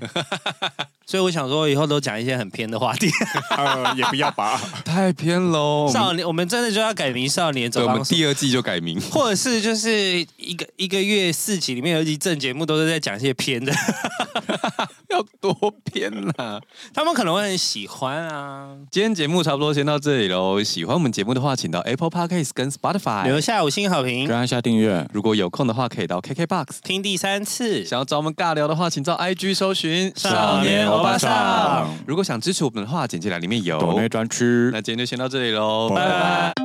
A: 所以我想说以后都讲一些很偏的话题。
C: 呃，也不要 吧。
B: 太偏喽。我
A: 少
B: 们
A: 年，我们真的就要改名少年
B: 哦
A: 走
B: 对，我
A: 钢
B: 们
A: 索，
B: 第二季就改名。
A: 或者是就是一个一个月四集里面有一集正节目都是在讲一些偏的，
B: 要多偏啦、
A: 他们可能会很喜欢啊。
B: 今天节目差不多先到这里喽。喜欢我们节目的话，请到 Apple Podcast 跟 Spotify。
A: 留下五星好评
B: 啊
C: 给，按下订阅，
B: 如果有空的话，可以到 KKBox。
A: 听第三次。
B: 想要找我们尬聊的话，请到 IG 搜寻
A: 少年欧巴桑
B: 如果想支持我们的话，简介栏里面有。
C: 抖内专区。
B: 那今天就先到这里喽，
C: 拜
A: 拜拜。